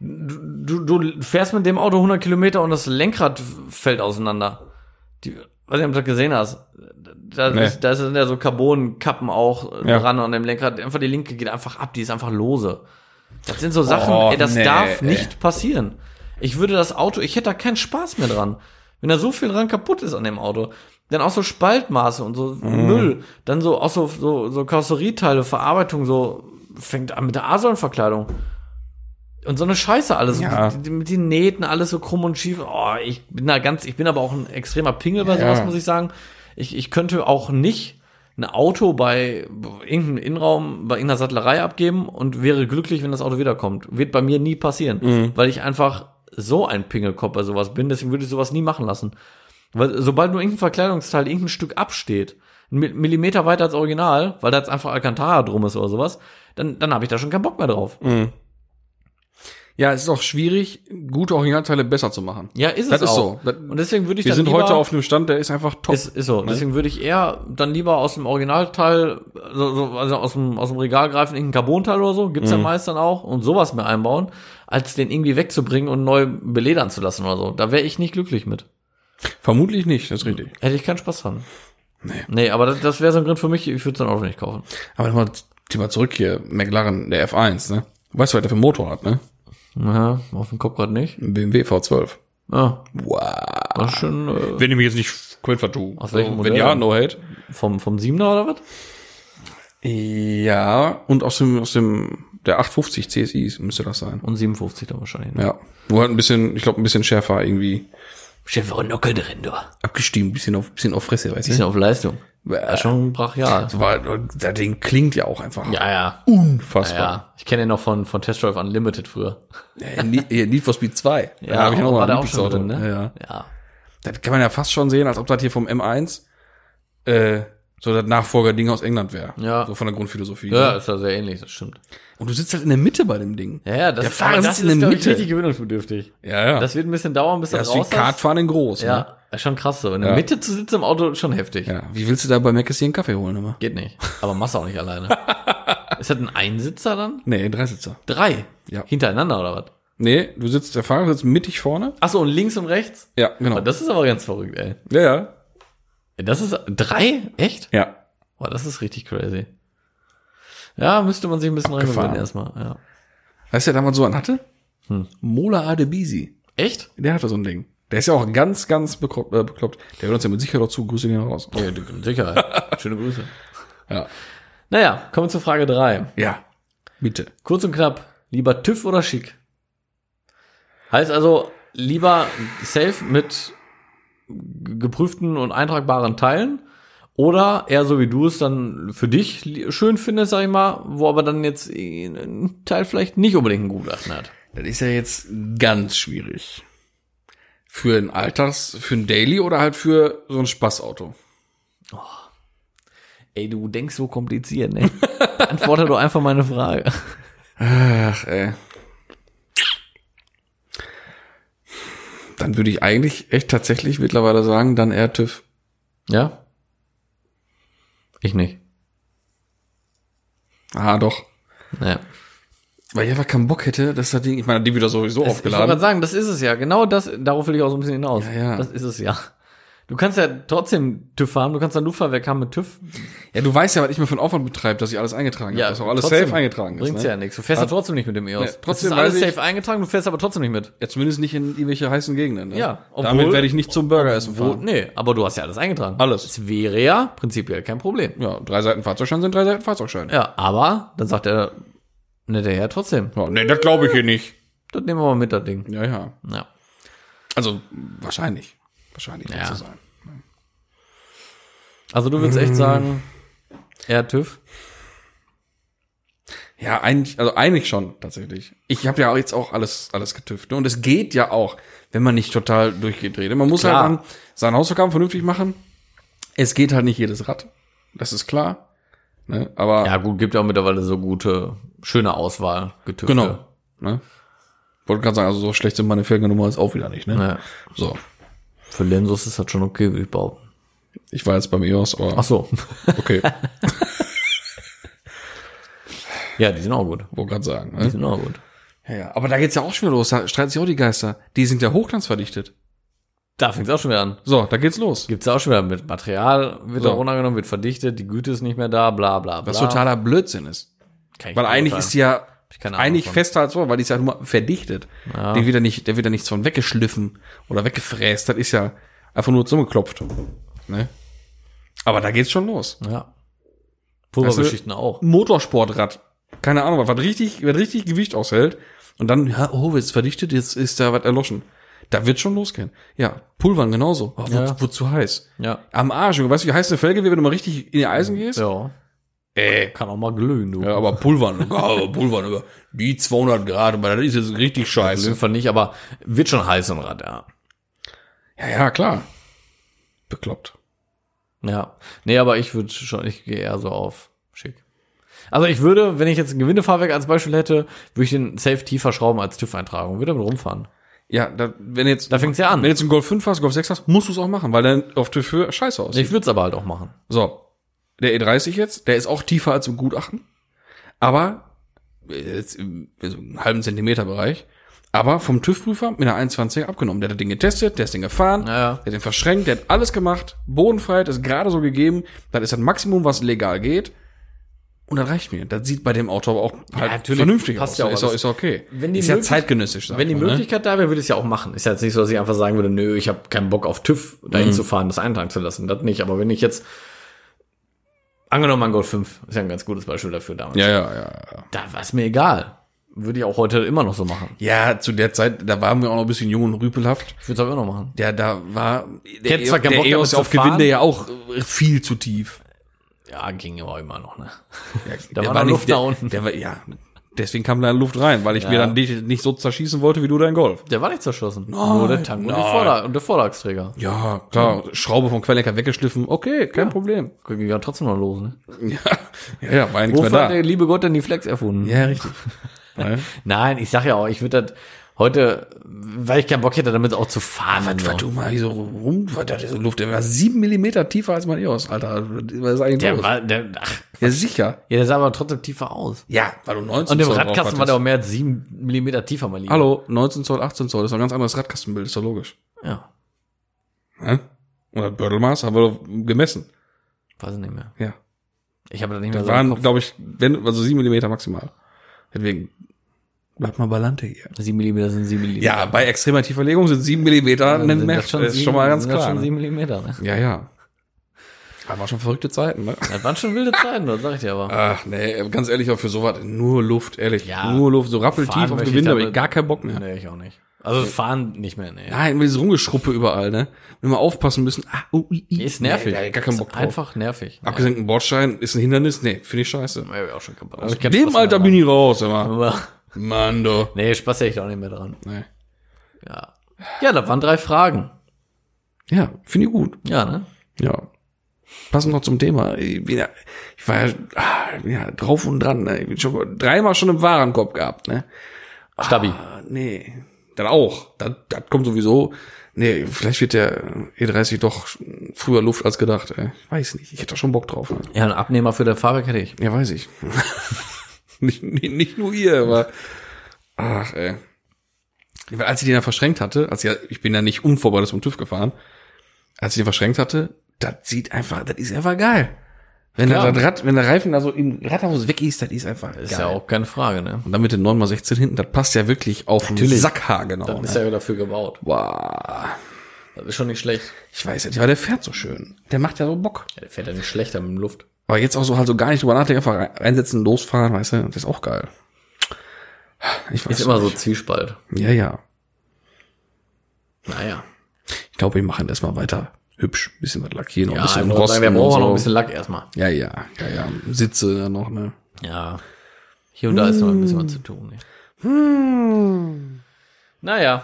Speaker 2: Du, du fährst mit dem Auto 100 Kilometer und das Lenkrad fällt auseinander. Die, was du am Tag gesehen hast, da,
Speaker 3: Nee.
Speaker 2: ist, da sind ja so Carbonkappen auch äh,
Speaker 3: Ja.
Speaker 2: dran an dem Lenkrad. Einfach die linke geht einfach ab, die ist einfach lose. Das sind so Sachen,
Speaker 3: Oh,
Speaker 2: ey, das
Speaker 3: nee,
Speaker 2: darf
Speaker 3: ey.
Speaker 2: nicht passieren. Ich würde das Auto, ich hätte da keinen Spaß mehr dran. Wenn da so viel dran kaputt ist an dem Auto, dann auch so Spaltmaße und so
Speaker 3: Mhm.
Speaker 2: Müll, dann so auch so, so, so Karosserieteile, Verarbeitung, so fängt an mit der Asolverkleidung. Und so eine Scheiße alles,
Speaker 3: Ja.
Speaker 2: mit, mit den Nähten, alles so krumm und schief. Oh, ich bin da ganz, ich bin aber auch ein extremer Pingel bei sowas,
Speaker 3: Ja.
Speaker 2: muss ich sagen. Ich, ich könnte auch nicht ein Auto bei irgendeinem Innenraum, bei irgendeiner Sattlerei abgeben und wäre glücklich, wenn das Auto wiederkommt. Wird bei mir nie passieren,
Speaker 3: Mhm.
Speaker 2: weil ich einfach so ein Pingelkopf bei sowas bin, deswegen würde ich sowas nie machen lassen. Weil sobald nur irgendein Verkleidungsteil, irgendein Stück absteht, einen Mi- Millimeter weiter als Original, weil da jetzt einfach Alcantara drum ist oder sowas, dann, dann habe ich da schon keinen Bock mehr drauf.
Speaker 3: Mhm. Ja, es ist auch schwierig, gute Originalteile besser zu machen.
Speaker 2: Ja, ist
Speaker 3: Das
Speaker 2: es
Speaker 3: ist
Speaker 2: auch.
Speaker 3: so. Das-
Speaker 2: Und deswegen würde ich
Speaker 3: Wir
Speaker 2: dann
Speaker 3: sind
Speaker 2: lieber,
Speaker 3: heute auf Ne? einem Stand, der ist einfach top.
Speaker 2: Ist, ist so. Deswegen würde ich eher dann lieber aus dem Originalteil, so, so, also aus dem, aus dem Regal greifen, irgendein Carbonteil oder so,
Speaker 3: Mhm.
Speaker 2: gibt's ja meist dann auch, und sowas mehr einbauen, als den irgendwie wegzubringen und neu beledern zu lassen oder so. Da wäre ich nicht glücklich mit.
Speaker 3: Vermutlich nicht, das ist richtig.
Speaker 2: Hätte ich keinen Spaß dran. Nee. Nee, aber das, das wäre so ein Grund für mich, ich würde so ein Auto nicht kaufen.
Speaker 3: Aber nochmal Thema zurück hier, McLaren, der F1, ne? Weißt du, was der für einen Motor hat, ne?
Speaker 2: Ja, auf dem Kopfrad nicht.
Speaker 3: Ein BMW V12.
Speaker 2: Ja,
Speaker 3: Wow.
Speaker 2: war schon äh,
Speaker 3: Wenn ich mich jetzt nicht quält vertue.
Speaker 2: Aus welchem
Speaker 3: Wenn
Speaker 2: Modell?
Speaker 3: ja, no hate.
Speaker 2: vom, vom Siebener oder was?
Speaker 3: Ja, und aus dem, aus dem, der 850 CSI müsste das sein.
Speaker 2: Und 57 dann wahrscheinlich. Ne?
Speaker 3: Ja. Nur halt ein bisschen, ich glaube, ein bisschen schärfer irgendwie.
Speaker 2: Chef, und Nocke drin, du.
Speaker 3: Abgestiegen, ein bisschen auf, bisschen auf Fresse, weißt
Speaker 2: Bisschen auf Leistung.
Speaker 3: du?
Speaker 2: Ja,
Speaker 3: Äh,
Speaker 2: schon brachial.
Speaker 3: Das war, das Ding klingt ja auch einfach
Speaker 2: Ja, ja.
Speaker 3: unfassbar.
Speaker 2: Ja, ich kenne ihn noch von, von Test Drive Unlimited früher.
Speaker 3: Äh, Need Need for Speed 2. da habe ich noch
Speaker 2: war
Speaker 3: mal
Speaker 2: da
Speaker 3: ein
Speaker 2: auch schon
Speaker 3: Lieblingsauto.
Speaker 2: drin, ne?
Speaker 3: ja, ja.
Speaker 2: ja.
Speaker 3: Das kann man ja fast schon sehen, als ob das hier vom M1 äh, so das Nachfolgerding aus England wäre.
Speaker 2: Ja.
Speaker 3: So von der Grundphilosophie.
Speaker 2: Ja,
Speaker 3: ne?
Speaker 2: ist ja sehr ähnlich, das stimmt.
Speaker 3: Und du sitzt halt in der Mitte bei dem Ding.
Speaker 2: Ja, ja, das,
Speaker 3: Der Fahrer
Speaker 2: aber
Speaker 3: sitzt in der
Speaker 2: glaub ich,
Speaker 3: Mitte.
Speaker 2: richtig gewinnungsbedürftig.
Speaker 3: Ja, ja. Das,
Speaker 2: Das wird ein bisschen dauern, bis das
Speaker 3: ist wie
Speaker 2: raus ist.
Speaker 3: Kartfahren in groß. Ne?
Speaker 2: Ja, ist schon krass so. In der
Speaker 3: Ja.
Speaker 2: Mitte zu sitzen im Auto, ist schon heftig.
Speaker 3: ja. Wie willst du da bei Mc's hier einen Kaffee holen immer?
Speaker 2: Geht nicht. Aber machst du auch nicht alleine. ist das ein Einsitzer dann?
Speaker 3: Nee, ein Dreisitzer.
Speaker 2: Drei.
Speaker 3: Ja.
Speaker 2: Hintereinander oder was?
Speaker 3: Nee, du sitzt, der Fahrer sitzt mittig vorne.
Speaker 2: Achso, und links und rechts?
Speaker 3: Ja, genau.
Speaker 2: Aber Das ist aber ganz verrückt, ey.
Speaker 3: ja, ja.
Speaker 2: Das ist drei? Echt?
Speaker 3: Ja.
Speaker 2: Boah, das ist richtig crazy. Ja, müsste man sich ein bisschen
Speaker 3: Abgefahren.
Speaker 2: reingewöhnen erstmal. Ja.
Speaker 3: Weißt du, wer damals so einen hatte?
Speaker 2: Hm.
Speaker 3: Mola Adebisi.
Speaker 2: Echt?
Speaker 3: Der hatte so ein Ding. Der ist ja auch ganz, ganz beklopp, äh, bekloppt. Der hört uns ja mit Sicherheit auch zu. Grüße gehen raus.
Speaker 2: Oh
Speaker 3: Oh,
Speaker 2: Ja, mit Sicherheit. Schöne Grüße.
Speaker 3: Ja.
Speaker 2: Naja, kommen wir zur Frage 3.
Speaker 3: Ja. Bitte.
Speaker 2: Kurz und knapp, lieber TÜV oder Schick? Heißt also, lieber safe mit geprüften und eintragbaren Teilen oder eher so wie du es dann für dich li- schön findest, sag ich mal, wo aber dann jetzt eh ein Teil vielleicht nicht unbedingt ein Gutachten hat.
Speaker 3: Das ist ja jetzt ganz schwierig. Für ein Alltags, für ein Daily oder halt für so ein Spaßauto.
Speaker 2: Ey, du denkst so kompliziert, ne? Antworte doch einfach meine Frage.
Speaker 3: Ach, ey. Dann würde ich eigentlich echt tatsächlich mittlerweile sagen, dann eher TÜV.
Speaker 2: Ja? Ich nicht.
Speaker 3: Ah, doch.
Speaker 2: Naja.
Speaker 3: Weil ich einfach keinen Bock hätte, dass das Ding, ich meine, die wieder sowieso
Speaker 2: Ich wollte
Speaker 3: aufgeladen.
Speaker 2: grad sagen, das ist es ja. Genau das, darauf will ich auch so ein bisschen hinaus.
Speaker 3: Ja, ja.
Speaker 2: Das ist es ja. Du kannst ja trotzdem TÜV haben, du kannst dann Luftfahrwerk haben mit TÜV.
Speaker 3: Ja, du weißt ja, was ich mir für einen Aufwand betreibe, dass ich alles eingetragen habe. Dass auch alles
Speaker 2: trotzdem
Speaker 3: safe eingetragen ist.
Speaker 2: Bringt's
Speaker 3: Ne?
Speaker 2: ja nichts. Du fährst ja trotzdem nicht mit dem EOS.
Speaker 3: Nee,
Speaker 2: Das
Speaker 3: trotzdem
Speaker 2: ist alles
Speaker 3: weiß ich-
Speaker 2: safe eingetragen, du fährst aber trotzdem nicht mit.
Speaker 3: Ja, zumindest nicht in irgendwelche heißen Gegenden. Ne?
Speaker 2: Ja, obwohl-
Speaker 3: Damit werde ich nicht zum Burger essen fahren.
Speaker 2: Nee, aber du hast ja alles eingetragen.
Speaker 3: Alles.
Speaker 2: Das wäre ja prinzipiell kein Problem.
Speaker 3: Ja, drei Seiten Fahrzeugschein sind drei Seiten Fahrzeugschein.
Speaker 2: Ja, aber dann sagt er, ne, der Herr trotzdem.
Speaker 3: Ja, nee, das glaube ich hier nicht.
Speaker 2: Das nehmen wir mal mit, das Ding.
Speaker 3: Ja, ja.
Speaker 2: Ja.
Speaker 3: Also wahrscheinlich. Wahrscheinlich wird
Speaker 2: Ja.
Speaker 3: so sein.
Speaker 2: Also du würdest echt sagen, eher TÜV.
Speaker 3: Ja, eigentlich, also eigentlich schon tatsächlich. Ich habe ja jetzt auch alles, alles getüft. Ne? Und es geht ja auch, wenn man nicht total durchgedreht. ist. Man muss
Speaker 2: Klar.
Speaker 3: halt dann seine Hausaufgaben vernünftig machen. Es geht halt nicht jedes Rad. Das ist klar. Ne? Aber
Speaker 2: Ja gut, gibt ja auch mittlerweile so gute, schöne Auswahl getüfte.
Speaker 3: genau. Ne? Wollte gerade sagen, also so schlecht sind meine Felgennummer ist auch wieder nicht. Ne?
Speaker 2: Ja.
Speaker 3: So,
Speaker 2: Für Lensus ist das schon okay, würde ich behaupten.
Speaker 3: ich war jetzt beim EOS, aber
Speaker 2: Ach so.
Speaker 3: okay,
Speaker 2: ja, die sind auch gut.
Speaker 3: wollte gerade sagen.
Speaker 2: Die
Speaker 3: Ne?
Speaker 2: sind auch gut.
Speaker 3: Ja, ja, aber da geht's ja auch schon wieder los. Da streiten sich auch die Geister. Die sind ja hochglanzverdichtet.
Speaker 2: Da fängt's auch schon wieder an.
Speaker 3: So, da geht's los.
Speaker 2: Gibt's auch schon wieder mit Material, wird
Speaker 3: So.
Speaker 2: da runtergenommen, wird verdichtet, die Güte ist nicht mehr da, bla bla bla.
Speaker 3: Was totaler Blödsinn ist.
Speaker 2: Kann ich
Speaker 3: Weil
Speaker 2: nicht
Speaker 3: eigentlich
Speaker 2: beurteilen.
Speaker 3: ist die ja
Speaker 2: ich keine Ahnung
Speaker 3: eigentlich
Speaker 2: von.
Speaker 3: fester als Wort, weil die ist ja nur mal verdichtet.
Speaker 2: Ja.
Speaker 3: Die wird ja nicht, der wird ja nichts von weggeschliffen oder weggefräst. Das ist ja einfach nur zusammengekopft. Ne? Aber da geht's schon los.
Speaker 2: Ja. Pulvergeschichten auch.
Speaker 3: Motorsportrad. Keine Ahnung, was was richtig, was richtig Gewicht aushält. Und dann, ja, oh, jetzt verdichtet, jetzt ist da was erloschen. Da wird schon losgehen. Ja, Pulvern genauso. Oh,
Speaker 2: Ja.
Speaker 3: wird, wird zu heiß.
Speaker 2: Ja.
Speaker 3: Am Arsch, Junge, weißt du, wie heiß eine Felge wird, wenn du mal richtig in die Eisen gehst?
Speaker 2: Ja.
Speaker 3: Äh,
Speaker 2: Kann auch mal glühen, du.
Speaker 3: Ja, aber Pulvern, ja, aber Pulvern über die 200 Grad, aber das ist jetzt richtig
Speaker 2: Auf jeden
Speaker 3: scheiße.
Speaker 2: Fall nicht, aber wird schon heiß so ein Rad, ja.
Speaker 3: Ja, ja, klar. Bekloppt.
Speaker 2: Ja. Nee, aber ich würde schon, ich gehe eher so auf schick. Also ich würde, wenn ich jetzt ein Gewindefahrwerk als Beispiel hätte, würde ich den safe tiefer schrauben als TÜV-Eintragung. Würde damit rumfahren.
Speaker 3: Ja, da, wenn jetzt,
Speaker 2: Da fängt's ja
Speaker 3: wenn
Speaker 2: an.
Speaker 3: jetzt ein Golf 5 hast, Golf 6 hast, musst du es auch machen, weil dann auf der Höhe scheiße aussieht.
Speaker 2: Ich würde es aber halt auch machen.
Speaker 3: So. Der E30 jetzt, der ist auch tiefer als im Gutachten. Aber, äh, jetzt im also im halben Zentimeter Bereich. Aber vom TÜV-Prüfer mit einer 21 abgenommen. Der hat das Ding getestet, der ist den gefahren,
Speaker 2: Ja, ja.
Speaker 3: der hat den verschränkt, der hat alles gemacht. Bodenfreiheit ist gerade so gegeben. Das ist das Maximum, was legal geht. Und das reicht mir. Das sieht bei dem Auto aber auch halt
Speaker 2: natürlich.
Speaker 3: vernünftig
Speaker 2: Passt
Speaker 3: aus.
Speaker 2: ja auch
Speaker 3: ist, auch,
Speaker 2: alles.
Speaker 3: ist okay.
Speaker 2: Wenn die
Speaker 3: ist ja
Speaker 2: möglich-
Speaker 3: zeitgenössisch. sag
Speaker 2: Wenn die
Speaker 3: ich mal, ne?
Speaker 2: Möglichkeit da wäre, würde ich es ja auch machen. Ist ja jetzt nicht so, dass ich einfach sagen würde, nö, ich habe keinen Bock auf TÜV
Speaker 3: Mhm.
Speaker 2: dahin zu fahren, das eintragen zu lassen. Das nicht. Aber wenn ich jetzt, angenommen mein Golf 5, ist ja ein ganz gutes Beispiel dafür damals.
Speaker 3: Ja, ja, ja, ja.
Speaker 2: Da war es mir egal. Würde ich auch heute immer noch so machen.
Speaker 3: Ja, zu der Zeit, da waren wir auch noch ein bisschen jung und rüpelhaft.
Speaker 2: Ich würde es auch immer noch machen.
Speaker 3: Der da war
Speaker 2: Ich
Speaker 3: der, E
Speaker 2: hätte zwar
Speaker 3: der,
Speaker 2: keinen Bock,
Speaker 3: EOS
Speaker 2: damit
Speaker 3: auf
Speaker 2: zu fahren.
Speaker 3: Gewinde ja auch äh, viel zu tief.
Speaker 2: Ja, ging aber immer noch, ne?
Speaker 3: Der
Speaker 2: war noch Luft
Speaker 3: der,
Speaker 2: nach unten.
Speaker 3: Der war, ja, deswegen kam da Luft rein, weil ich mir dann nicht, nicht so zerschießen wollte wie du dein Golf.
Speaker 2: Der war nicht zerschlossen. Nur der Tank und, die
Speaker 3: nein.
Speaker 2: Vorder und der Vorderachsträger.
Speaker 3: Ja, klar, Schraube vom Querlenker weggeschliffen, okay, kein Problem.
Speaker 2: Ging ja trotzdem noch los, ne?
Speaker 3: Ja, ja, ja war ja nichts
Speaker 2: Wofür
Speaker 3: mehr
Speaker 2: hat
Speaker 3: da.
Speaker 2: der liebe Gott denn die Flex erfunden?
Speaker 3: Ja, richtig. ja.
Speaker 2: Nein, ich sag ja auch, ich würde das heute, weil ich keinen Bock hätte, damit auch zu fahren. und so.
Speaker 3: Was du mal hier so rum, was das ist so Luft, der war sieben Millimeter tiefer als mein EOS, Alter. Was ist eigentlich
Speaker 2: Der
Speaker 3: los?
Speaker 2: war, der, ach,
Speaker 3: ja, sicher.
Speaker 2: ja, der sah aber trotzdem tiefer aus.
Speaker 3: Ja, weil du 19
Speaker 2: Und im
Speaker 3: Zoll drauf
Speaker 2: Radkasten war
Speaker 3: hattest.
Speaker 2: der auch mehr als 7 mm tiefer, mein Lieber.
Speaker 3: Hallo, 19 Zoll, 18 Zoll, das ist doch ein ganz anderes Radkastenbild, ist doch logisch.
Speaker 2: Ja,
Speaker 3: Hä? Und das ne? Bördelmaß haben wir doch gemessen.
Speaker 2: weiß ich nicht mehr.
Speaker 3: Ja.
Speaker 2: Ich habe das nicht mehr
Speaker 3: Da
Speaker 2: so im
Speaker 3: waren,
Speaker 2: also Kopf.
Speaker 3: glaube ich, wenn, also sieben Millimeter maximal. Deswegen, bleibt mal Ballante hier.
Speaker 2: 7 mm sind 7 mm.
Speaker 3: Ja, bei extremer Tieferlegung sind sieben Millimeter
Speaker 2: dann
Speaker 3: eine
Speaker 2: sind
Speaker 3: Mess-
Speaker 2: das schon,
Speaker 3: das ist
Speaker 2: sieben-
Speaker 3: schon mal ganz
Speaker 2: sind das
Speaker 3: klar.
Speaker 2: schon
Speaker 3: ne?
Speaker 2: 7 mm. Ne?
Speaker 3: Ja, ja. Aber schon verrückte Zeiten, ne?
Speaker 2: Das waren schon wilde Zeiten, das sag ich dir aber.
Speaker 3: Ach, nee, ganz ehrlich, auch für sowas, nur Luft, ehrlich.
Speaker 2: Ja.
Speaker 3: Nur Luft, so rappeltief
Speaker 2: Fahren
Speaker 3: auf
Speaker 2: möchte ich
Speaker 3: Gewinde,
Speaker 2: damit-
Speaker 3: aber gar keinen Bock mehr.
Speaker 2: Nee, ich auch nicht. Also das fahren nicht mehr, nee.
Speaker 3: Nein, immer dieses Rumgeschruppe überall, ne? Immer aufpassen müssen. Ah, oh, i, i.
Speaker 2: Ist nervig.
Speaker 3: Nee, gar keinen Bock
Speaker 2: ist
Speaker 3: drauf.
Speaker 2: einfach nervig.
Speaker 3: Abgesenkten Bordstein ist ein Hindernis? Nee, finde ich scheiße.
Speaker 2: Ja, hab Also ich auch schon kaputt.
Speaker 3: Aus dem Alter bin ich raus, immer.
Speaker 2: Aber,
Speaker 3: Mando.
Speaker 2: nee, Spaß hätte ich da auch nicht mehr dran.
Speaker 3: Nee.
Speaker 2: Ja. Ja, das waren drei Fragen.
Speaker 3: Ja, finde ich gut.
Speaker 2: Ja, ne?
Speaker 3: Ja. Passend noch zum Thema. Ich, bin ja, ich war ja, ah, ich bin ja drauf und dran. Ne? Ich bin schon dreimal schon im Warenkorb gehabt. Ne?
Speaker 2: Stabi.
Speaker 3: Ah, nee, dann auch. Das, das kommt sowieso. Nee, vielleicht wird der E30 doch früher Luft als gedacht. Ey. Ich weiß nicht. Ich hätte da schon Bock drauf. Ne?
Speaker 2: Ja, ein Abnehmer für der Fahrwerk hätte ich.
Speaker 3: Ja, weiß ich. nicht, nicht, nicht nur ihr, aber ach, ey. Weil Als ich den da verschränkt hatte, als ich, ich bin ja nicht unvorbereitet zum TÜV gefahren, als ich den verschränkt hatte, das sieht einfach, das ist einfach geil. Wenn da
Speaker 2: Klar.
Speaker 3: das Rad, wenn der Reifen da so im Radhaus weg ist, das ist einfach
Speaker 2: Ist
Speaker 3: geil.
Speaker 2: ja auch keine Frage, ne?
Speaker 3: Und dann mit den 9x16 hinten, das passt ja wirklich auf den
Speaker 2: Natürlich.
Speaker 3: Sackhaar genau.
Speaker 2: Dann ist
Speaker 3: Ne?
Speaker 2: er ja dafür gebaut.
Speaker 3: Wow.
Speaker 2: Das ist schon nicht schlecht.
Speaker 3: Ich weiß ja nicht, aber der fährt so schön. Der macht ja so Bock.
Speaker 2: Ja, der fährt ja nicht schlechter mit dem Luft.
Speaker 3: Aber jetzt auch so halt so gar nicht drüber nachdenken, einfach rein- reinsetzen, losfahren, weißt du, das ist auch geil. Ich weiß
Speaker 2: Ist immer so
Speaker 3: nicht.
Speaker 2: Zwiespalt.
Speaker 3: Ja, ja.
Speaker 2: Naja.
Speaker 3: Ich glaube, wir machen erstmal weiter hübsch. Bisschen was lackieren, noch
Speaker 2: Ja,
Speaker 3: ein bisschen
Speaker 2: ich muss sagen,
Speaker 3: rosten
Speaker 2: der
Speaker 3: und
Speaker 2: braucht auch
Speaker 3: so.
Speaker 2: noch ein bisschen Lack erstmal.
Speaker 3: Ja, ja, ja, ja. Sitze dann noch, ne?
Speaker 2: Ja. Hier und da ist noch ein bisschen was zu tun. Ne? Naja,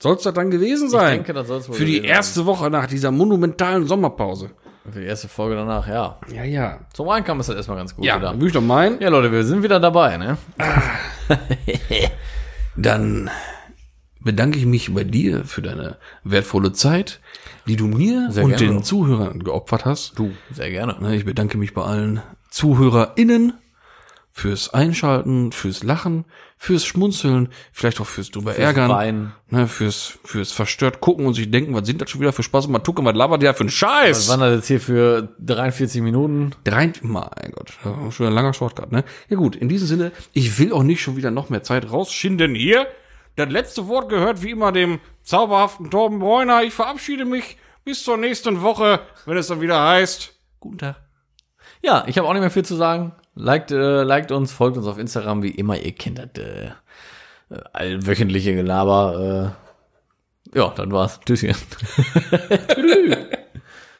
Speaker 3: Soll's das dann gewesen
Speaker 2: ich
Speaker 3: sein?
Speaker 2: denke, das soll es wohl
Speaker 3: Für die
Speaker 2: gewesen sein.
Speaker 3: erste Woche nach dieser monumentalen Sommerpause.
Speaker 2: Für die erste Folge danach, ja.
Speaker 3: Ja, ja.
Speaker 2: Zum einen kam es halt erstmal ganz gut
Speaker 3: Ja,
Speaker 2: wieder.
Speaker 3: dann will ich doch meinen.
Speaker 2: Ja, Leute, wir sind wieder dabei, ne?
Speaker 3: Dann bedanke ich mich bei dir für deine wertvolle Zeit, die du mir
Speaker 2: Sehr
Speaker 3: und
Speaker 2: gerne
Speaker 3: den
Speaker 2: doch.
Speaker 3: Zuhörern geopfert hast. Du.
Speaker 2: Sehr gerne.
Speaker 3: Ne, Ich bedanke mich bei allen ZuhörerInnen fürs Einschalten, fürs Lachen, fürs Schmunzeln, vielleicht auch fürs drüber ärgern,
Speaker 2: Weinen.
Speaker 3: Ne, fürs, fürs verstört gucken und sich denken, was sind das schon wieder für Spaß und mal gucken, was labert der für einen
Speaker 2: Was
Speaker 3: Scheiß?
Speaker 2: waren das jetzt hier für 43 Minuten?
Speaker 3: Drei, mein Gott, das war schon ein langer Shortcut, ne? Ja gut, in diesem Sinne, ich will auch nicht schon wieder noch mehr Zeit rausschinden hier. Das letzte Wort gehört wie immer dem zauberhaften Torben Bräuner. Ich verabschiede mich bis zur nächsten Woche, wenn es dann wieder heißt. Guten Tag.
Speaker 2: Ja, ich habe auch nicht mehr viel zu sagen. Liked, äh, liked uns, folgt uns auf Instagram, wie immer. Ihr kennt das äh, äh, allwöchentliche Gelaber. Äh. Ja, dann war's. Tschüsschen. Tschüss.